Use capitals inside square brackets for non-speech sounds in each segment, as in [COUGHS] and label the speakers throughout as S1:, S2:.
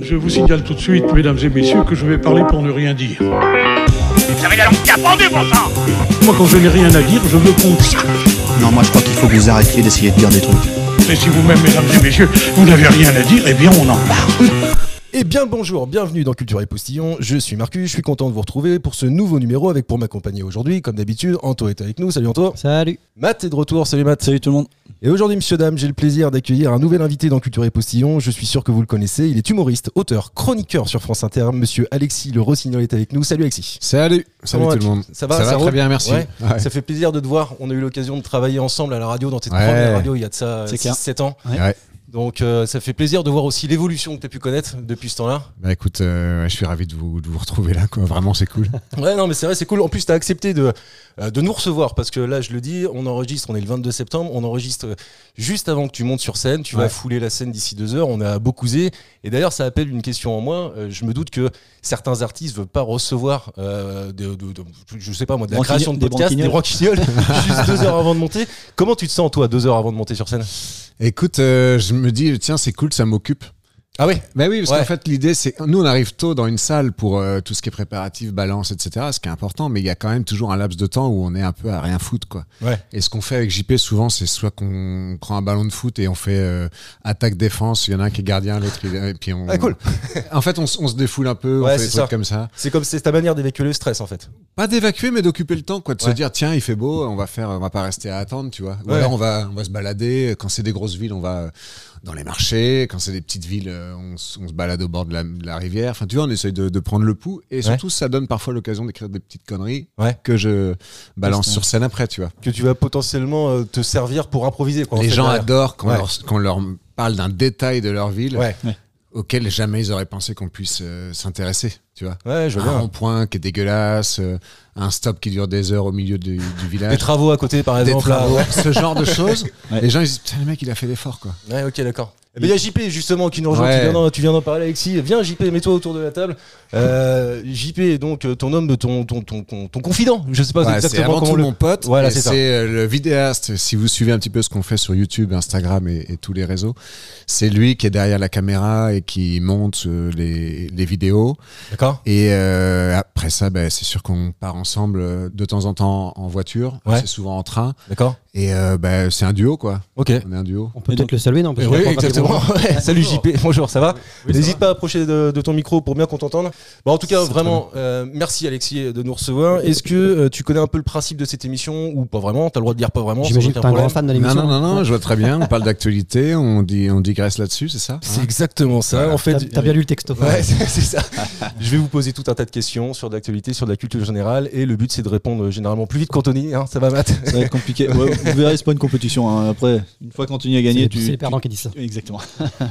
S1: Je vous signale tout de suite, mesdames et messieurs, que je vais parler pour ne rien dire.
S2: Vous avez la langue capendue, bon sang
S1: Moi, quand je n'ai rien à dire, je veux qu'on tire.
S3: Non, moi je crois qu'il faut que vous arrêtiez d'essayer de dire des trucs.
S1: Et si vous-même, mesdames et messieurs, vous n'avez rien à dire, eh bien, on en parle.
S4: Eh bien le bonjour, bienvenue dans Culture et Postillon, je suis Marcus, je suis content de vous retrouver pour ce nouveau numéro avec pour m'accompagner aujourd'hui, comme d'habitude, Anto est avec nous, salut Anto
S5: Salut.
S4: Matt est de retour, salut Matt
S5: Salut tout le monde.
S4: Et aujourd'hui monsieur dame, j'ai le plaisir d'accueillir un nouvel invité dans Culture et Postillon, je suis sûr que vous le connaissez, il est humoriste, auteur, chroniqueur sur France Inter, monsieur Alexis Le Rossignol est avec nous, salut Alexis
S6: Salut, salut
S4: Comment
S6: tout
S4: vas-tu
S6: le monde.
S4: Ça va,
S6: ça va
S4: roule
S6: très bien, merci.
S4: Ouais.
S6: Ouais.
S4: Ça fait plaisir de te voir. On a eu l'occasion de travailler ensemble à la radio dans tes
S6: Ouais.
S4: premières radios il y a de ça
S5: C'est clair.
S4: 7 ans.
S5: Ouais.
S6: Ouais.
S4: Donc euh, ça fait plaisir de voir aussi l'évolution que tu as pu connaître depuis ce temps-là.
S6: Bah écoute, euh, ouais, je suis ravi de vous, de vous retrouver là, quoi. Vraiment, c'est
S4: [LAUGHS]
S6: cool.
S4: Ouais, non, mais c'est vrai, c'est cool. En plus, tu as accepté de, euh, de nous recevoir parce que là, je le dis, on enregistre, on est le 22 septembre, on enregistre euh, juste avant que tu montes sur scène. Tu vas
S6: Ouais.
S4: fouler la scène d'ici deux heures. On a beaucoup zé. Et d'ailleurs, ça appelle une question en moi. Euh, je me doute que certains artistes veulent pas recevoir, euh, de, de- de- je sais pas moi, de la
S5: Branquigno-
S4: création de
S5: des
S4: podcast, des branquignoles,
S6: [LAUGHS]
S4: juste deux heures avant de monter. Comment tu te sens, toi, deux heures avant de monter sur scène
S6: écoute, euh, je me dis, tiens, c'est cool, ça m'occupe.
S4: Ah ouais
S6: Bah oui, parce
S4: Ouais.
S6: qu'en fait, l'idée, c'est. Nous, on arrive tôt dans une salle pour euh, tout ce qui est préparatif, balance, etc., ce qui est important, mais il y a quand même toujours un laps de temps où on est un peu à rien foutre, quoi.
S4: Ouais.
S6: Et ce qu'on fait avec JP, souvent, c'est soit qu'on prend un ballon de foot et on fait euh, attaque-défense, il y en a un qui est gardien, l'autre, il est- et puis on.
S4: Ah, cool.
S6: [LAUGHS] en fait, on, s- on se défoule un peu,
S4: Ouais,
S6: on fait
S4: c'est
S6: des
S4: ça.
S6: trucs comme ça.
S4: C'est comme c'est ta manière d'évacuer le stress, en fait.
S6: pas d'évacuer mais d'occuper le temps quoi de
S4: Ouais.
S6: se dire tiens il fait beau on va faire on va pas rester à attendre tu vois ou
S4: Ouais.
S6: alors on va on va se balader quand c'est des grosses villes on va euh, dans les marchés quand c'est des petites villes euh, on, s- on se balade au bord de la, de la rivière enfin tu vois on essaye de, de prendre le pouls et surtout ça donne parfois l'occasion d'écrire des petites conneries
S4: Ouais.
S6: que je balance
S5: Ouais, c'est
S6: sur scène après tu vois
S4: Que tu vas potentiellement euh, te servir pour improviser. Quoi, en
S6: les
S4: fait,
S6: gens
S4: derrière.
S6: adorent qu'on
S4: Ouais.
S6: leur, qu'on leur parle d'un détail de leur ville
S4: Ouais.
S6: auquel jamais ils auraient pensé qu'on puisse euh, s'intéresser tu vois
S4: Ouais, je veux
S6: un
S4: bien.
S6: rond-point qui est dégueulasse euh, un stop qui dure des heures au milieu du, du
S4: Des
S6: village
S4: travaux à côté, par
S6: des
S4: exemple. là.
S6: travaux,
S4: [LAUGHS]
S6: ce genre de choses.
S5: Ouais.
S6: Les gens ils disent putain le mec il a fait l'effort quoi.
S4: Ouais, ok, d'accord. Eh ben, Il y a JP justement qui nous rejoint,
S6: Ouais.
S4: tu viens d'en- tu viens d'en parler Alexis. Viens JP, mets-toi autour de la table. Euh, JP est donc euh, ton homme, ton, ton, ton, ton, ton confident. Je sais pas
S6: Ouais, c'est
S4: exactement
S6: avant
S4: comment
S6: tout
S4: le...
S6: mon pote.
S4: Voilà,
S6: et
S4: c'est ça.
S6: euh, le vidéaste. Si vous suivez un petit peu ce qu'on fait sur YouTube, Instagram et, et tous les réseaux, c'est lui qui est derrière la caméra et qui monte euh, les, les vidéos.
S4: D'accord
S6: Et euh, après ça, ben, c'est sûr qu'on part ensemble euh, de temps en temps en voiture.
S4: Ouais.
S6: C'est souvent en train.
S4: D'accord.
S6: Et euh, ben, c'est un duo quoi.
S4: Ok.
S6: On est un duo.
S5: On peut peut-être le saluer, non parce
S4: Oui,
S5: qu'on apprend pas
S4: exactement.
S5: des bonjours.
S4: Ouais, Salut
S6: [LAUGHS]
S4: JP, bonjour, ça va N'hésite pas à approcher de, de ton micro pour bien qu'on t'entende. Bon, en tout cas, vraiment, euh, merci Alexis de nous recevoir. Est-ce que euh, tu connais un peu le principe de cette émission ou pas vraiment T'as le droit de dire pas vraiment sans
S5: J'imagine que
S4: aucun
S5: t'es
S4: problème.
S5: un grand fan de
S6: Non,
S5: l'émission.
S6: non, non, non, je vois très bien. On parle d'actualité, on, dit, on digresse là-dessus, c'est ça hein.
S4: C'est exactement ça.
S6: Voilà.
S4: En fait,
S5: T'as t'as bien lu le texto.
S4: Ouais, [LAUGHS] c'est c'est ça. Je vais vous poser tout un tas de questions sur de l'actualité, sur de la culture générale, et le but c'est de répondre généralement plus vite qu'Anthony. Hein, ça va, Matt
S7: Ça va être compliqué. Ouais, vous verrez, c'est pas une compétition. hein. Après, une fois qu'Anthony a
S5: C'est
S7: gagné,
S5: les-
S7: tu.
S5: c'est les
S7: tu-
S5: perdants qui disent ça.
S7: Exactement.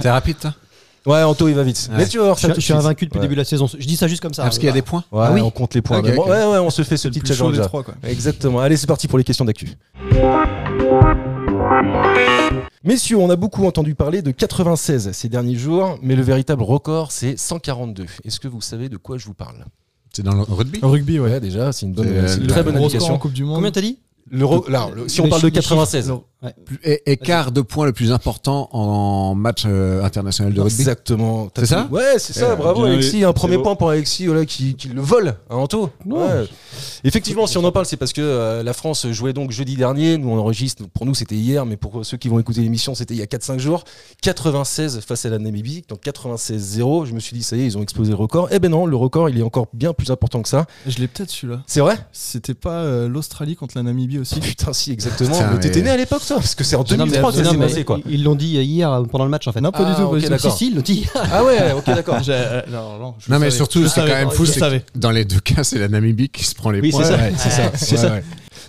S6: T'es rapide, toi
S4: [LAUGHS] Ouais, Anto il va vite.
S6: Ouais.
S4: Mais tu vas voir
S5: Je
S4: ça. tout
S5: suis- je
S4: de
S5: suis
S4: suite.
S5: invaincu depuis le
S4: Ouais.
S5: début de la saison. Je dis ça juste comme ça.
S6: Ah, Parce qu'il y a des points.
S4: Ouais,
S5: Ah oui.
S4: on compte les points.
S6: Ok,
S4: Mais bon,
S6: ok.
S4: Ouais, ouais, on se fait ce
S7: C'est le
S4: petit
S7: plus chaud
S4: challenge
S7: des
S4: là.
S7: trois, quoi.
S4: Exactement. Allez, c'est parti pour les questions d'actu. Messieurs, on a beaucoup entendu parler de 96 ces derniers jours, mais le véritable record c'est 142. Est-ce que vous savez de quoi je vous parle
S6: C'est dans le rugby
S8: Au rugby, ouais.
S4: déjà, c'est une, bonne,
S6: C'est
S4: c'est une
S6: le
S4: très bonne
S8: Gros score en
S4: indication.
S8: Coupe du Monde.
S5: Combien t'as dit
S4: Le re- là, le- si on
S5: Les
S4: parle de
S5: chi- les
S4: 96.
S5: chiffres. Ouais.
S6: Et- Écart de points le plus important en match euh, international de rugby.
S4: Exactement. T'as
S6: C'est
S4: tout-
S6: ça
S4: Ouais, c'est ça.
S6: Euh,
S4: bravo
S7: bien
S4: Alexis.
S7: vu.
S4: Un
S7: C'est
S4: premier
S7: beau.
S4: point pour Alexis voilà, qui, qui le vole à Anto. Ouais. Effectivement, si on en parle, c'est parce que euh, la France jouait donc jeudi dernier. Nous, on enregistre. Pour nous, c'était hier, mais pour ceux qui vont écouter l'émission, c'était il y a 4-5 jours. 96 face à la Namibie. Donc 96-0. Je me suis dit, ça y est, ils ont explosé le record. Eh ben non, le record, il est encore bien plus important que ça.
S8: Je l'ai peut-être celui-là.
S4: C'est vrai [LAUGHS]
S8: C'était pas euh, l'Australie contre la Namibie aussi
S4: Putain, si, exactement.
S6: Putain,
S4: mais t'étais
S6: mais-
S4: né à l'époque, toi Parce que c'est en
S5: Non, mais-
S4: 2003 que ça
S5: non,
S4: s'est
S5: mais
S4: passé, quoi.
S5: Ils ils l'ont dit hier pendant le match en fait.
S8: Non, pas
S4: Ah,
S8: du tout.
S4: ok,
S8: pas du tout.
S4: d'accord.
S5: Si, si, ils l'ont dit.
S4: Ah ouais, ok, d'accord.
S8: J'ai- euh, non, non, je
S6: Non
S8: le
S6: mais
S8: savais.
S6: surtout,
S8: Je
S6: c'est quand
S8: savais,
S6: même
S8: je
S6: fou,
S8: le
S6: c'est
S8: savais.
S6: que dans les deux cas, c'est la Namibie qui se prend les
S7: Oui,
S6: points.
S7: c'est ça.
S6: Ouais,
S7: ça. C'est ça.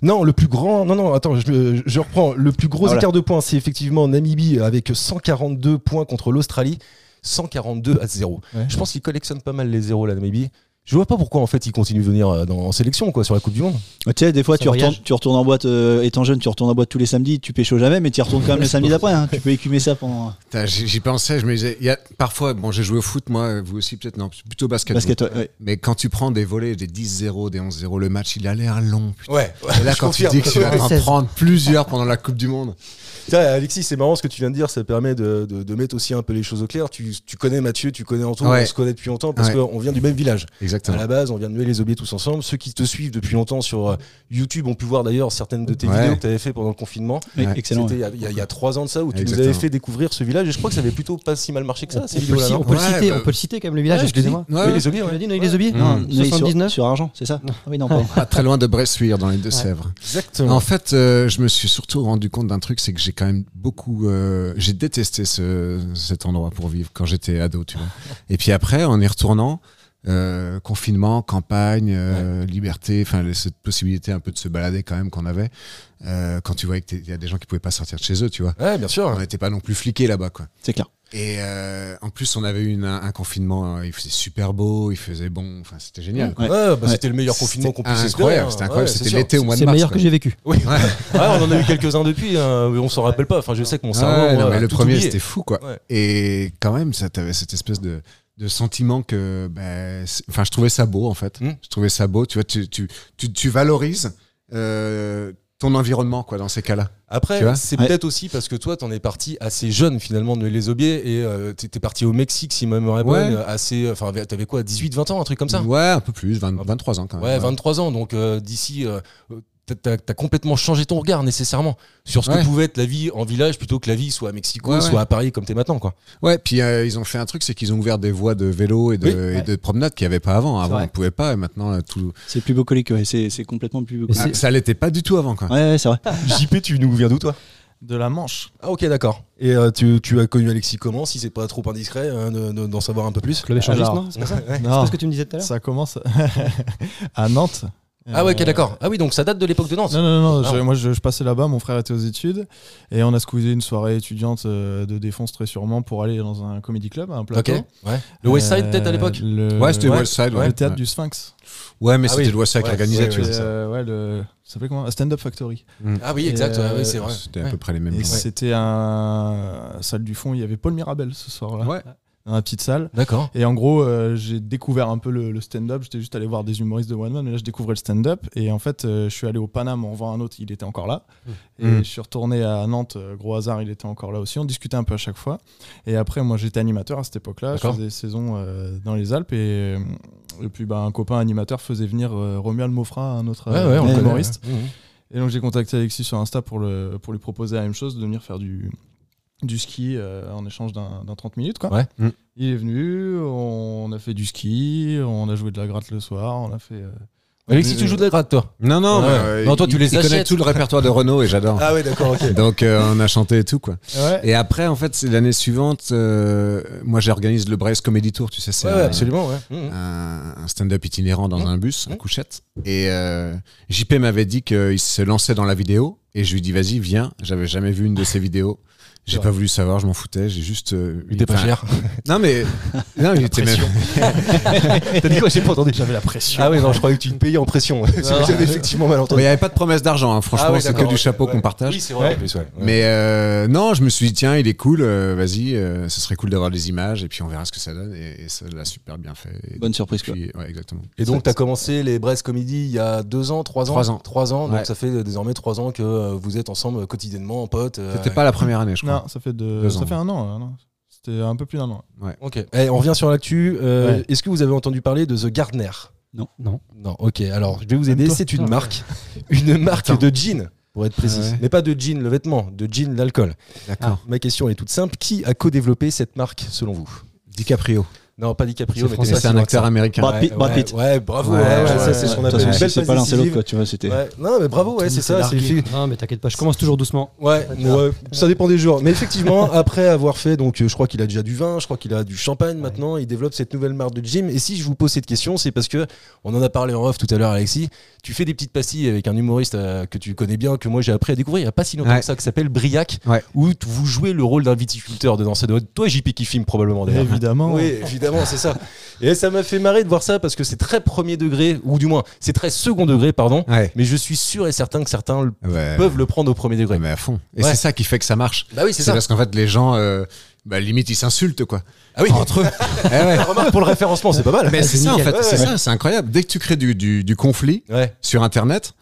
S4: Non, le plus grand. Non, non, attends, je, je reprends. Le plus
S7: Ah,
S4: gros
S7: voilà.
S4: écart de points, c'est effectivement Namibie avec 142 points contre l'Australie. 142 à 0.
S8: Ouais.
S4: Je pense qu'ils collectionnent pas mal les zéros, la Namibie. Je vois pas pourquoi en fait il continue de venir euh, dans, en sélection quoi sur la Coupe du Monde.
S7: Tu sais, des fois,
S5: Ça
S7: tu retournes,
S5: voyage.
S7: tu retournes en boîte, euh, étant jeune, tu retournes en boîte tous les samedis, tu pécho jamais, mais tu y retournes quand même le samedi d'après. hein. Tu peux écumer ça pendant.
S6: Putain, J'y j'y pensais, je me disais, il y a, parfois, bon, j'ai joué au foot, moi, vous aussi peut-être, non, plutôt basket.
S7: Basket,
S6: vous.
S7: ouais, ouais.
S6: Mais quand tu prends des volets, des 10-0, des 11-0, le match, il a l'air long. putain.
S4: Ouais.
S6: Et là, quand tu dis que tu vas en
S5: 16.
S6: prendre plusieurs pendant la Coupe du Monde,
S4: Tiens, Alexis, c'est marrant ce que tu viens de dire, ça permet de, de- de mettre aussi un peu les choses au clair. Tu, tu connais Mathieu, tu connais Antoine,
S6: Ouais.
S4: on se connaît depuis longtemps parce
S6: Ouais.
S4: qu'on vient du même village. À
S6: exactement.
S4: la base, on vient de nouer les objets tous ensemble. Ceux qui te suivent depuis longtemps sur euh, YouTube ont pu voir d'ailleurs certaines de tes
S6: Ouais.
S4: vidéos que tu avais fait pendant le confinement.
S7: Ouais,
S6: Ouais.
S7: Excellent.
S4: C'était il y a- il y, a- il y a trois ans de ça où tu nous
S6: Exactement.
S4: avais fait découvrir ce village et je crois que ça avait plutôt pas si mal marché que ça, ces
S5: On peut, le,
S4: vidéos-là.
S5: ci-
S4: non
S5: on peut le
S6: Ouais,
S5: citer,
S6: bah-
S5: on peut le citer quand même, le village.
S4: Ouais, je l'ai dit.
S5: excusez-moi.
S6: Ouais,
S4: Oui,
S6: ouais.
S4: les objets,
S5: Tu
S4: ouais.
S5: l'as dit, non, il les obéit
S6: Mm.
S5: Non,
S7: Non, mais sur-
S5: 79.
S7: Sur Argent, c'est ça Ah oui, non, pardon.
S6: Pas très loin de Bressuire, dans les Deux-Sèvres.
S4: Exactement.
S6: En fait, euh, je me suis surtout rendu compte d'un truc, c'est que j'ai quand même beaucoup, euh, j'ai détesté ce, cet endroit pour vivre quand j'étais ado, tu vois. Et puis après, en y retournant, euh, confinement, campagne, euh, liberté, enfin le- cette possibilité un peu de se balader quand même qu'on avait. euh, quand tu voyais qu'il y a des gens qui pouvaient pas sortir de chez eux, tu vois.
S4: Ouais, bien sûr.
S6: On n'était pas non plus fliqués là-bas, quoi.
S7: C'est clair.
S6: Et euh, en plus, on avait eu une- un confinement, euh, il faisait super beau, il faisait bon, enfin c'était génial. quoi.
S4: Ouais, bah,
S7: Ouais.
S4: C'était le meilleur
S6: C'était
S4: confinement qu'on puisse espérer.
S6: incroyable,
S4: hein.
S6: C'était incroyable,
S4: Ouais,
S6: c'était
S4: c'est sûr.
S6: l'été au mois de
S5: C'est
S6: mars.
S5: meilleur
S6: quoi.
S5: que j'ai vécu.
S4: Ouais, on en a eu quelques-uns depuis, hein, mais on s'en rappelle pas. Enfin, je sais que mon
S6: Ah
S4: cerveau.
S6: ouais, non,
S4: moi,
S6: mais
S4: a
S6: le
S4: euh, tout
S6: premier,
S4: oublié.
S6: c'était fou, quoi.
S4: Ouais.
S6: Et quand même, ça t'avais cette espèce de, de sentiment que, ben, c'est- enfin, je trouvais ça beau, en fait.
S4: Mm.
S6: Je trouvais ça beau. Tu vois, tu, tu, tu, tu valorises euh, ton environnement, quoi, dans ces cas-là. Tu
S4: Après,
S6: vois
S4: c'est
S7: Ouais.
S4: peut-être aussi parce que toi, t'en es parti assez jeune finalement de les Aubiers et euh, t'étais parti au Mexique, si ma mémoire est bonne,
S6: Ouais.
S4: euh, assez. Enfin, avait- t'avais quoi, 18, 20 ans, un truc comme ça Ah.
S6: Ouais, un peu plus, 20 23 ans, quand même.
S4: Ouais, 23 ans. Donc euh, d'ici, euh, t'as- t'as t'as complètement changé ton regard nécessairement sur ce
S6: Ouais.
S4: que pouvait être la vie en village plutôt que la vie soit à Mexico,
S6: Ouais, ouais.
S4: soit à Paris comme t'es maintenant, quoi.
S6: Ouais, puis euh, ils ont fait un truc, c'est qu'ils ont ouvert des voies de vélo et de,
S4: Oui,
S6: et de promenade qu'il n'y avait pas avant.
S5: C'est
S6: Avant,
S5: vrai.
S6: on ne pouvait pas, et maintenant, là, tout.
S7: C'est plus bucolique, ouais. C'est c'est complètement plus
S5: Mais
S7: bucolique.
S5: c'est-
S6: Ah, ça l'était pas du tout avant, quoi.
S7: Ouais, ouais, c'est vrai.
S4: JP, tu nous viens d'où toi
S8: De la Manche.
S4: Ah ok, d'accord. Et euh, tu, tu as connu Alexis comment Si c'est pas trop indiscret euh, de- de- d'en savoir un peu plus.
S5: Club échangiste,
S8: Alors,
S5: non C'est pas ça C'est
S8: Non,
S5: pas ce que tu me disais tout à l'heure
S8: ça commence [LAUGHS] à Nantes.
S4: Ah ouais, ok,
S8: Euh,
S4: d'accord. Ah oui, donc ça date de l'époque de Nantes.
S8: Non, non, non, non,
S4: Ah.
S8: je- moi je, je passais là-bas, mon frère était aux études, et on a squeezé une soirée étudiante euh, de défonce très sûrement pour aller dans un comédie club, à un
S4: Ok.
S8: plateau. Euh,
S4: Ouais. Le West Side peut-être à l'époque.
S8: le...
S6: Ouais, c'était
S8: Euh, ouais,
S6: West Side, ouais.
S8: le théâtre
S6: Ouais.
S8: du Sphinx.
S6: Ouais, mais
S4: Ah
S6: c'était
S4: oui.
S6: le West Side qui
S4: Ouais,
S6: organisait,
S4: ouais,
S6: tu vois.
S8: Et,
S6: ça.
S8: euh, ouais, le... Ça s'appelait comment Stand Up Factory.
S4: Ah oui,
S8: Et,
S4: exact. ouais,
S8: euh,
S4: ouais, c'est vrai.
S6: C'était à
S4: Ouais.
S6: peu près les mêmes.
S8: Et
S6: gens.
S8: c'était un... Salle du fond, il y avait Paul Mirabel ce soir-là,
S6: Ouais.
S8: dans la petite salle.
S4: D'accord.
S8: Et en gros, euh, j'ai découvert un peu le, le stand-up. J'étais juste allé voir des humoristes de One Man, mais là, je découvrais le stand-up. Et en fait, euh, je suis allé au Paname en voir un autre, il était encore là.
S4: Mmh.
S8: Et
S6: Mm.
S8: je suis retourné à Nantes, euh, gros hasard, il était encore là aussi. On discutait un peu à chaque fois. Et après, moi, j'étais animateur à cette époque-là. Je
S4: D'accord.
S8: faisais des saisons euh, dans les Alpes. Et, euh, et puis, bah, un copain animateur faisait venir euh, Romuald Mofra, un autre euh,
S7: on le connaît,
S8: humoriste.
S4: ouais. Mhm.
S8: Et donc j'ai contacté Alexis sur Insta pour, le, pour lui proposer la même chose, de venir faire du, du ski euh, en échange d'un d'un 30 minutes. Quoi.
S4: Ouais.
S6: Mm.
S8: Il est venu, on a fait du ski, on a joué de la gratte le soir, on a fait... euh,
S4: Alexis,
S8: Euh,
S4: tu joues de la gratte, toi
S6: Non, non,
S4: Ouais.
S6: mais, euh,
S4: Non, toi, tu
S6: il-
S4: les
S6: il connaît
S4: achètes.
S6: tout le répertoire de Renault et j'adore.
S4: Ah ouais, d'accord, ok.
S6: Donc, euh, on a chanté et tout, quoi.
S8: Ouais.
S6: Et après, en fait, c'est l'année suivante, euh, moi, j'organise le Brest Comedy Tour, tu sais, c'est
S4: Ouais,
S6: un,
S4: absolument, ouais. Mhm.
S6: un- un stand-up itinérant dans
S4: Mhm.
S6: un bus,
S4: Mhm.
S6: à couchette. Et euh, JP m'avait dit qu'il se lançait dans la vidéo, et je lui dis, vas-y, viens, j'avais jamais vu une de
S4: [LAUGHS]
S6: ses vidéos. J'ai
S4: Ouais.
S6: pas voulu savoir, je m'en foutais, j'ai juste. euh,
S4: Il était pas
S6: enfin,
S4: cher.
S6: Non,
S4: [LAUGHS]
S6: mais. Non, il était même.
S4: T'as dit quoi J'ai pas entendu. J'avais la pression. Ah oui, non, je croyais que tu te payais en [LAUGHS] pression. J'avais effectivement mal
S6: Il n'y
S4: entendu.
S6: avait pas de promesse d'argent, hein. franchement,
S4: Ah ouais,
S6: c'est que
S4: d'accord,
S6: du
S4: ok,
S6: chapeau
S4: ouais.
S6: qu'on partage.
S4: Oui, c'est vrai. en plus, ouais. Ouais.
S6: Mais euh, non, je me suis dit, tiens, il est cool, euh, vas-y, euh, ce serait cool d'avoir des images, et puis on verra ce que ça donne, et, et ça l'a super bien fait. Et
S7: Bonne surprise, quoi.
S6: puis, ouais, exactement.
S4: Et donc, t'as commencé les Brest Comedy il y a deux ans, trois ans
S6: Trois ans.
S4: Trois ans, donc
S6: Ouais.
S4: ça fait désormais trois ans que euh, vous êtes ensemble euh, quotidiennement, en pote. euh,
S6: C'était pas la première année, je crois.
S8: Non, ça fait, de,
S6: Deux
S8: ça
S6: ans.
S8: fait un an. un an. C'était un peu plus d'un an.
S4: Ok. Eh, on revient sur l'actu. Euh,
S8: Ouais.
S4: Est-ce que vous avez entendu parler de The Gardner
S7: Non.
S5: Non.
S4: Non, ok. Alors, je vais vous aider.
S8: Toi.
S4: C'est une marque. [LAUGHS] Une marque
S6: Attends.
S4: de jeans, pour être précis.
S6: Ah ouais.
S4: Mais pas de jeans, le vêtement, de jeans, l'alcool.
S6: D'accord.
S4: Ma question est toute simple. Qui a co-développé cette marque, selon vous
S6: DiCaprio.
S4: Non, pas DiCaprio,
S5: C'est
S4: mais
S5: français,
S4: t'es pas
S6: C'est
S4: si
S6: un
S4: loin
S6: acteur
S4: que ça. Bah,
S6: américain.
S7: Brad Pitt,
S4: Ouais,
S7: Brad
S4: ouais,
S7: Pitt.
S4: ouais, bravo.
S6: Ouais,
S4: ouais,
S6: ouais,
S4: ouais, ça,
S6: ouais,
S4: c'est ce qu'on
S7: ouais.
S4: appelle
S7: Ouais,
S4: une belle
S7: C'est pas l'un, c'est l'autre,
S4: décisive.
S7: quoi. Tu vois, c'était.
S4: Ouais. Non, mais bravo, ouais,
S5: Tout
S4: c'est
S5: me fait
S4: ça. c'est
S5: larguer.
S4: le film.
S5: Non, mais t'inquiète pas, je commence toujours doucement.
S4: [LAUGHS] Ouais, ouais, ça dépend des jours. Mais effectivement, [LAUGHS] après avoir fait, donc euh, je crois qu'il a déjà du vin, je crois qu'il a du champagne maintenant, il développe cette nouvelle marque de gym. Et si je vous pose cette question, c'est parce que, on en a parlé en off tout à l'heure, Alexis, tu fais des petites pastilles avec un humoriste euh, que tu connais bien, que moi j'ai appris à découvrir il n'y a pas si longtemps
S6: Ouais.
S4: que ça, qui s'appelle Briac,
S6: Ouais.
S4: où t- vous jouez le rôle d'un viticulteur dedans. Ça doit être toi, JP, qui filme probablement d'ailleurs.
S8: Évidemment.
S4: Oh. Oui, évidemment. Vraiment, c'est ça. Et ça m'a fait marrer de voir ça parce que c'est très premier degré, ou du moins, c'est très second degré, pardon.
S6: Ouais.
S4: Mais je suis sûr et certain que certains le-
S6: Ouais.
S4: peuvent le prendre au premier degré.
S6: Ouais, mais à fond. Et
S4: Ouais.
S6: c'est ça qui fait que ça marche.
S4: Bah oui, ben. Eh c'est
S6: C'est
S4: ça.
S6: parce qu'en fait, les gens, euh, bah, limite, ils s'insultent, quoi.
S4: [LAUGHS] Ah oui.
S6: Entre eux. [LAUGHS] Eh ouais.
S4: Remarque, pour le référencement, c'est pas mal.
S6: Mais c'est ça, en fait.
S4: nickel. Ouais,
S6: c'est
S4: ouais.
S6: ça, c'est incroyable. Dès que tu crées du, du, du conflit
S4: Ouais.
S6: sur Internet,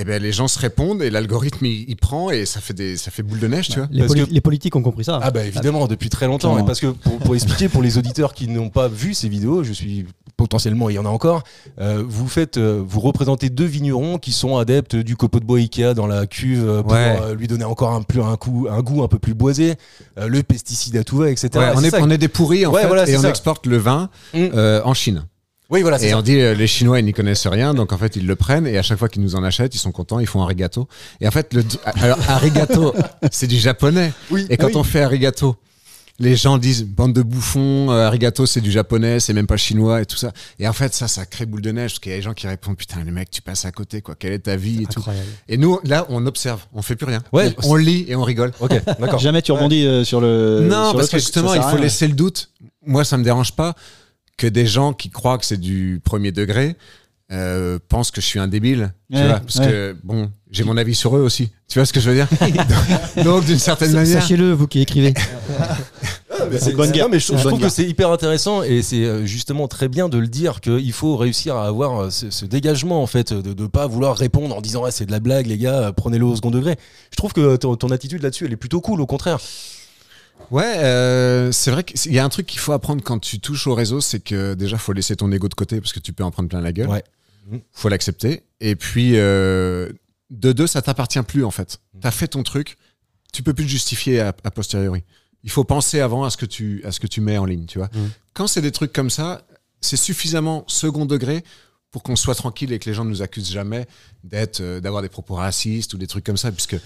S6: eh ben, les gens se répondent et l'algorithme, il, il prend et ça fait, des, ça fait boule de neige, tu vois.
S5: Les,
S4: Parce
S5: poli-
S4: que-
S5: les politiques ont compris ça.
S4: Ah bah évidemment, depuis très longtemps.
S7: Clairement.
S4: Et parce que pour, pour expliquer pour les auditeurs qui n'ont pas vu ces vidéos, je suis potentiellement, il y en a encore, euh, vous faites, euh, vous représentez deux vignerons qui sont adeptes du copeau de bois Ikea dans la cuve euh, pour
S6: Ouais.
S4: euh, lui donner encore un, plus, un, coup, un goût un peu plus boisé, euh, le pesticide à tout va, etc.
S6: Ouais, on,
S4: C'est
S6: est,
S4: ça-
S6: on est des pourris, en
S4: Ouais,
S6: fait,
S4: voilà, c'est
S6: et on
S4: ça.
S6: exporte le vin
S4: Mm.
S6: euh, en Chine.
S4: Oui, voilà, c'est
S6: Et
S4: ça.
S6: on dit euh, les Chinois ils n'y connaissent rien, donc en fait ils le prennent et à chaque fois qu'ils nous en achètent ils sont contents, ils font arigato. Et en fait le alors arigato [LAUGHS] c'est du japonais.
S4: Oui,
S6: et quand
S4: oui.
S6: on fait arigato, les gens disent bande de bouffons, euh, arigato c'est du japonais, c'est même pas chinois et tout ça. Et en fait ça ça crée boule de neige parce qu'il y a des gens qui répondent putain les mecs tu passes à côté quoi, quelle est ta vie et tout.
S5: Incroyable.
S6: Et nous là on observe, on fait plus rien.
S4: Ouais.
S6: on lit et on rigole. [LAUGHS]
S4: Ok, d'accord.
S7: Jamais tu rebondis euh, sur le.
S6: Non,
S7: sur le
S6: parce que
S7: truc,
S6: justement,
S7: ça
S6: il
S7: sert à
S6: faut
S7: rien.
S6: laisser le doute. Moi, ça me dérange pas que des gens qui croient que c'est du premier degré euh, pensent que je suis un débile. Tu
S7: Ouais,
S6: vois, parce
S7: ouais.
S6: que bon, j'ai mon avis sur eux aussi. Tu vois ce que je veux dire
S7: [LAUGHS]
S6: Donc, d'une certaine
S5: Sa-
S6: manière.
S5: Sachez-le, vous qui écrivez.
S4: Ah, Mais
S7: C'est une bonne guerre.
S4: non, mais je, trouve-
S7: C'est
S4: je
S7: une
S4: trouve
S7: bonne
S4: que c'est hyper intéressant et c'est euh, justement très bien de le dire qu'il faut réussir à avoir euh, ce, ce dégagement en fait de ne pas vouloir répondre en disant ah, c'est de la blague les gars euh, prenez-le au second degré. Je trouve que ton, ton attitude là-dessus elle est plutôt cool au contraire.
S6: Ouais, euh, c'est vrai qu'il y a un truc qu'il faut apprendre quand tu touches au réseau, c'est que déjà, faut laisser ton ego de côté parce que tu peux en prendre plein la gueule.
S4: Ouais.
S6: Faut l'accepter. Et puis, euh, de deux, ça t'appartient plus en fait.
S7: Mm.
S6: T'as fait ton truc, tu peux plus te justifier a, a posteriori. Il faut penser avant à ce que tu, à ce que tu mets en ligne, tu vois.
S7: Mm.
S6: Quand c'est des trucs comme ça, c'est suffisamment second degré pour qu'on soit tranquille et que les gens ne nous accusent jamais d'être, euh, d'avoir des propos racistes ou des trucs comme ça, puisque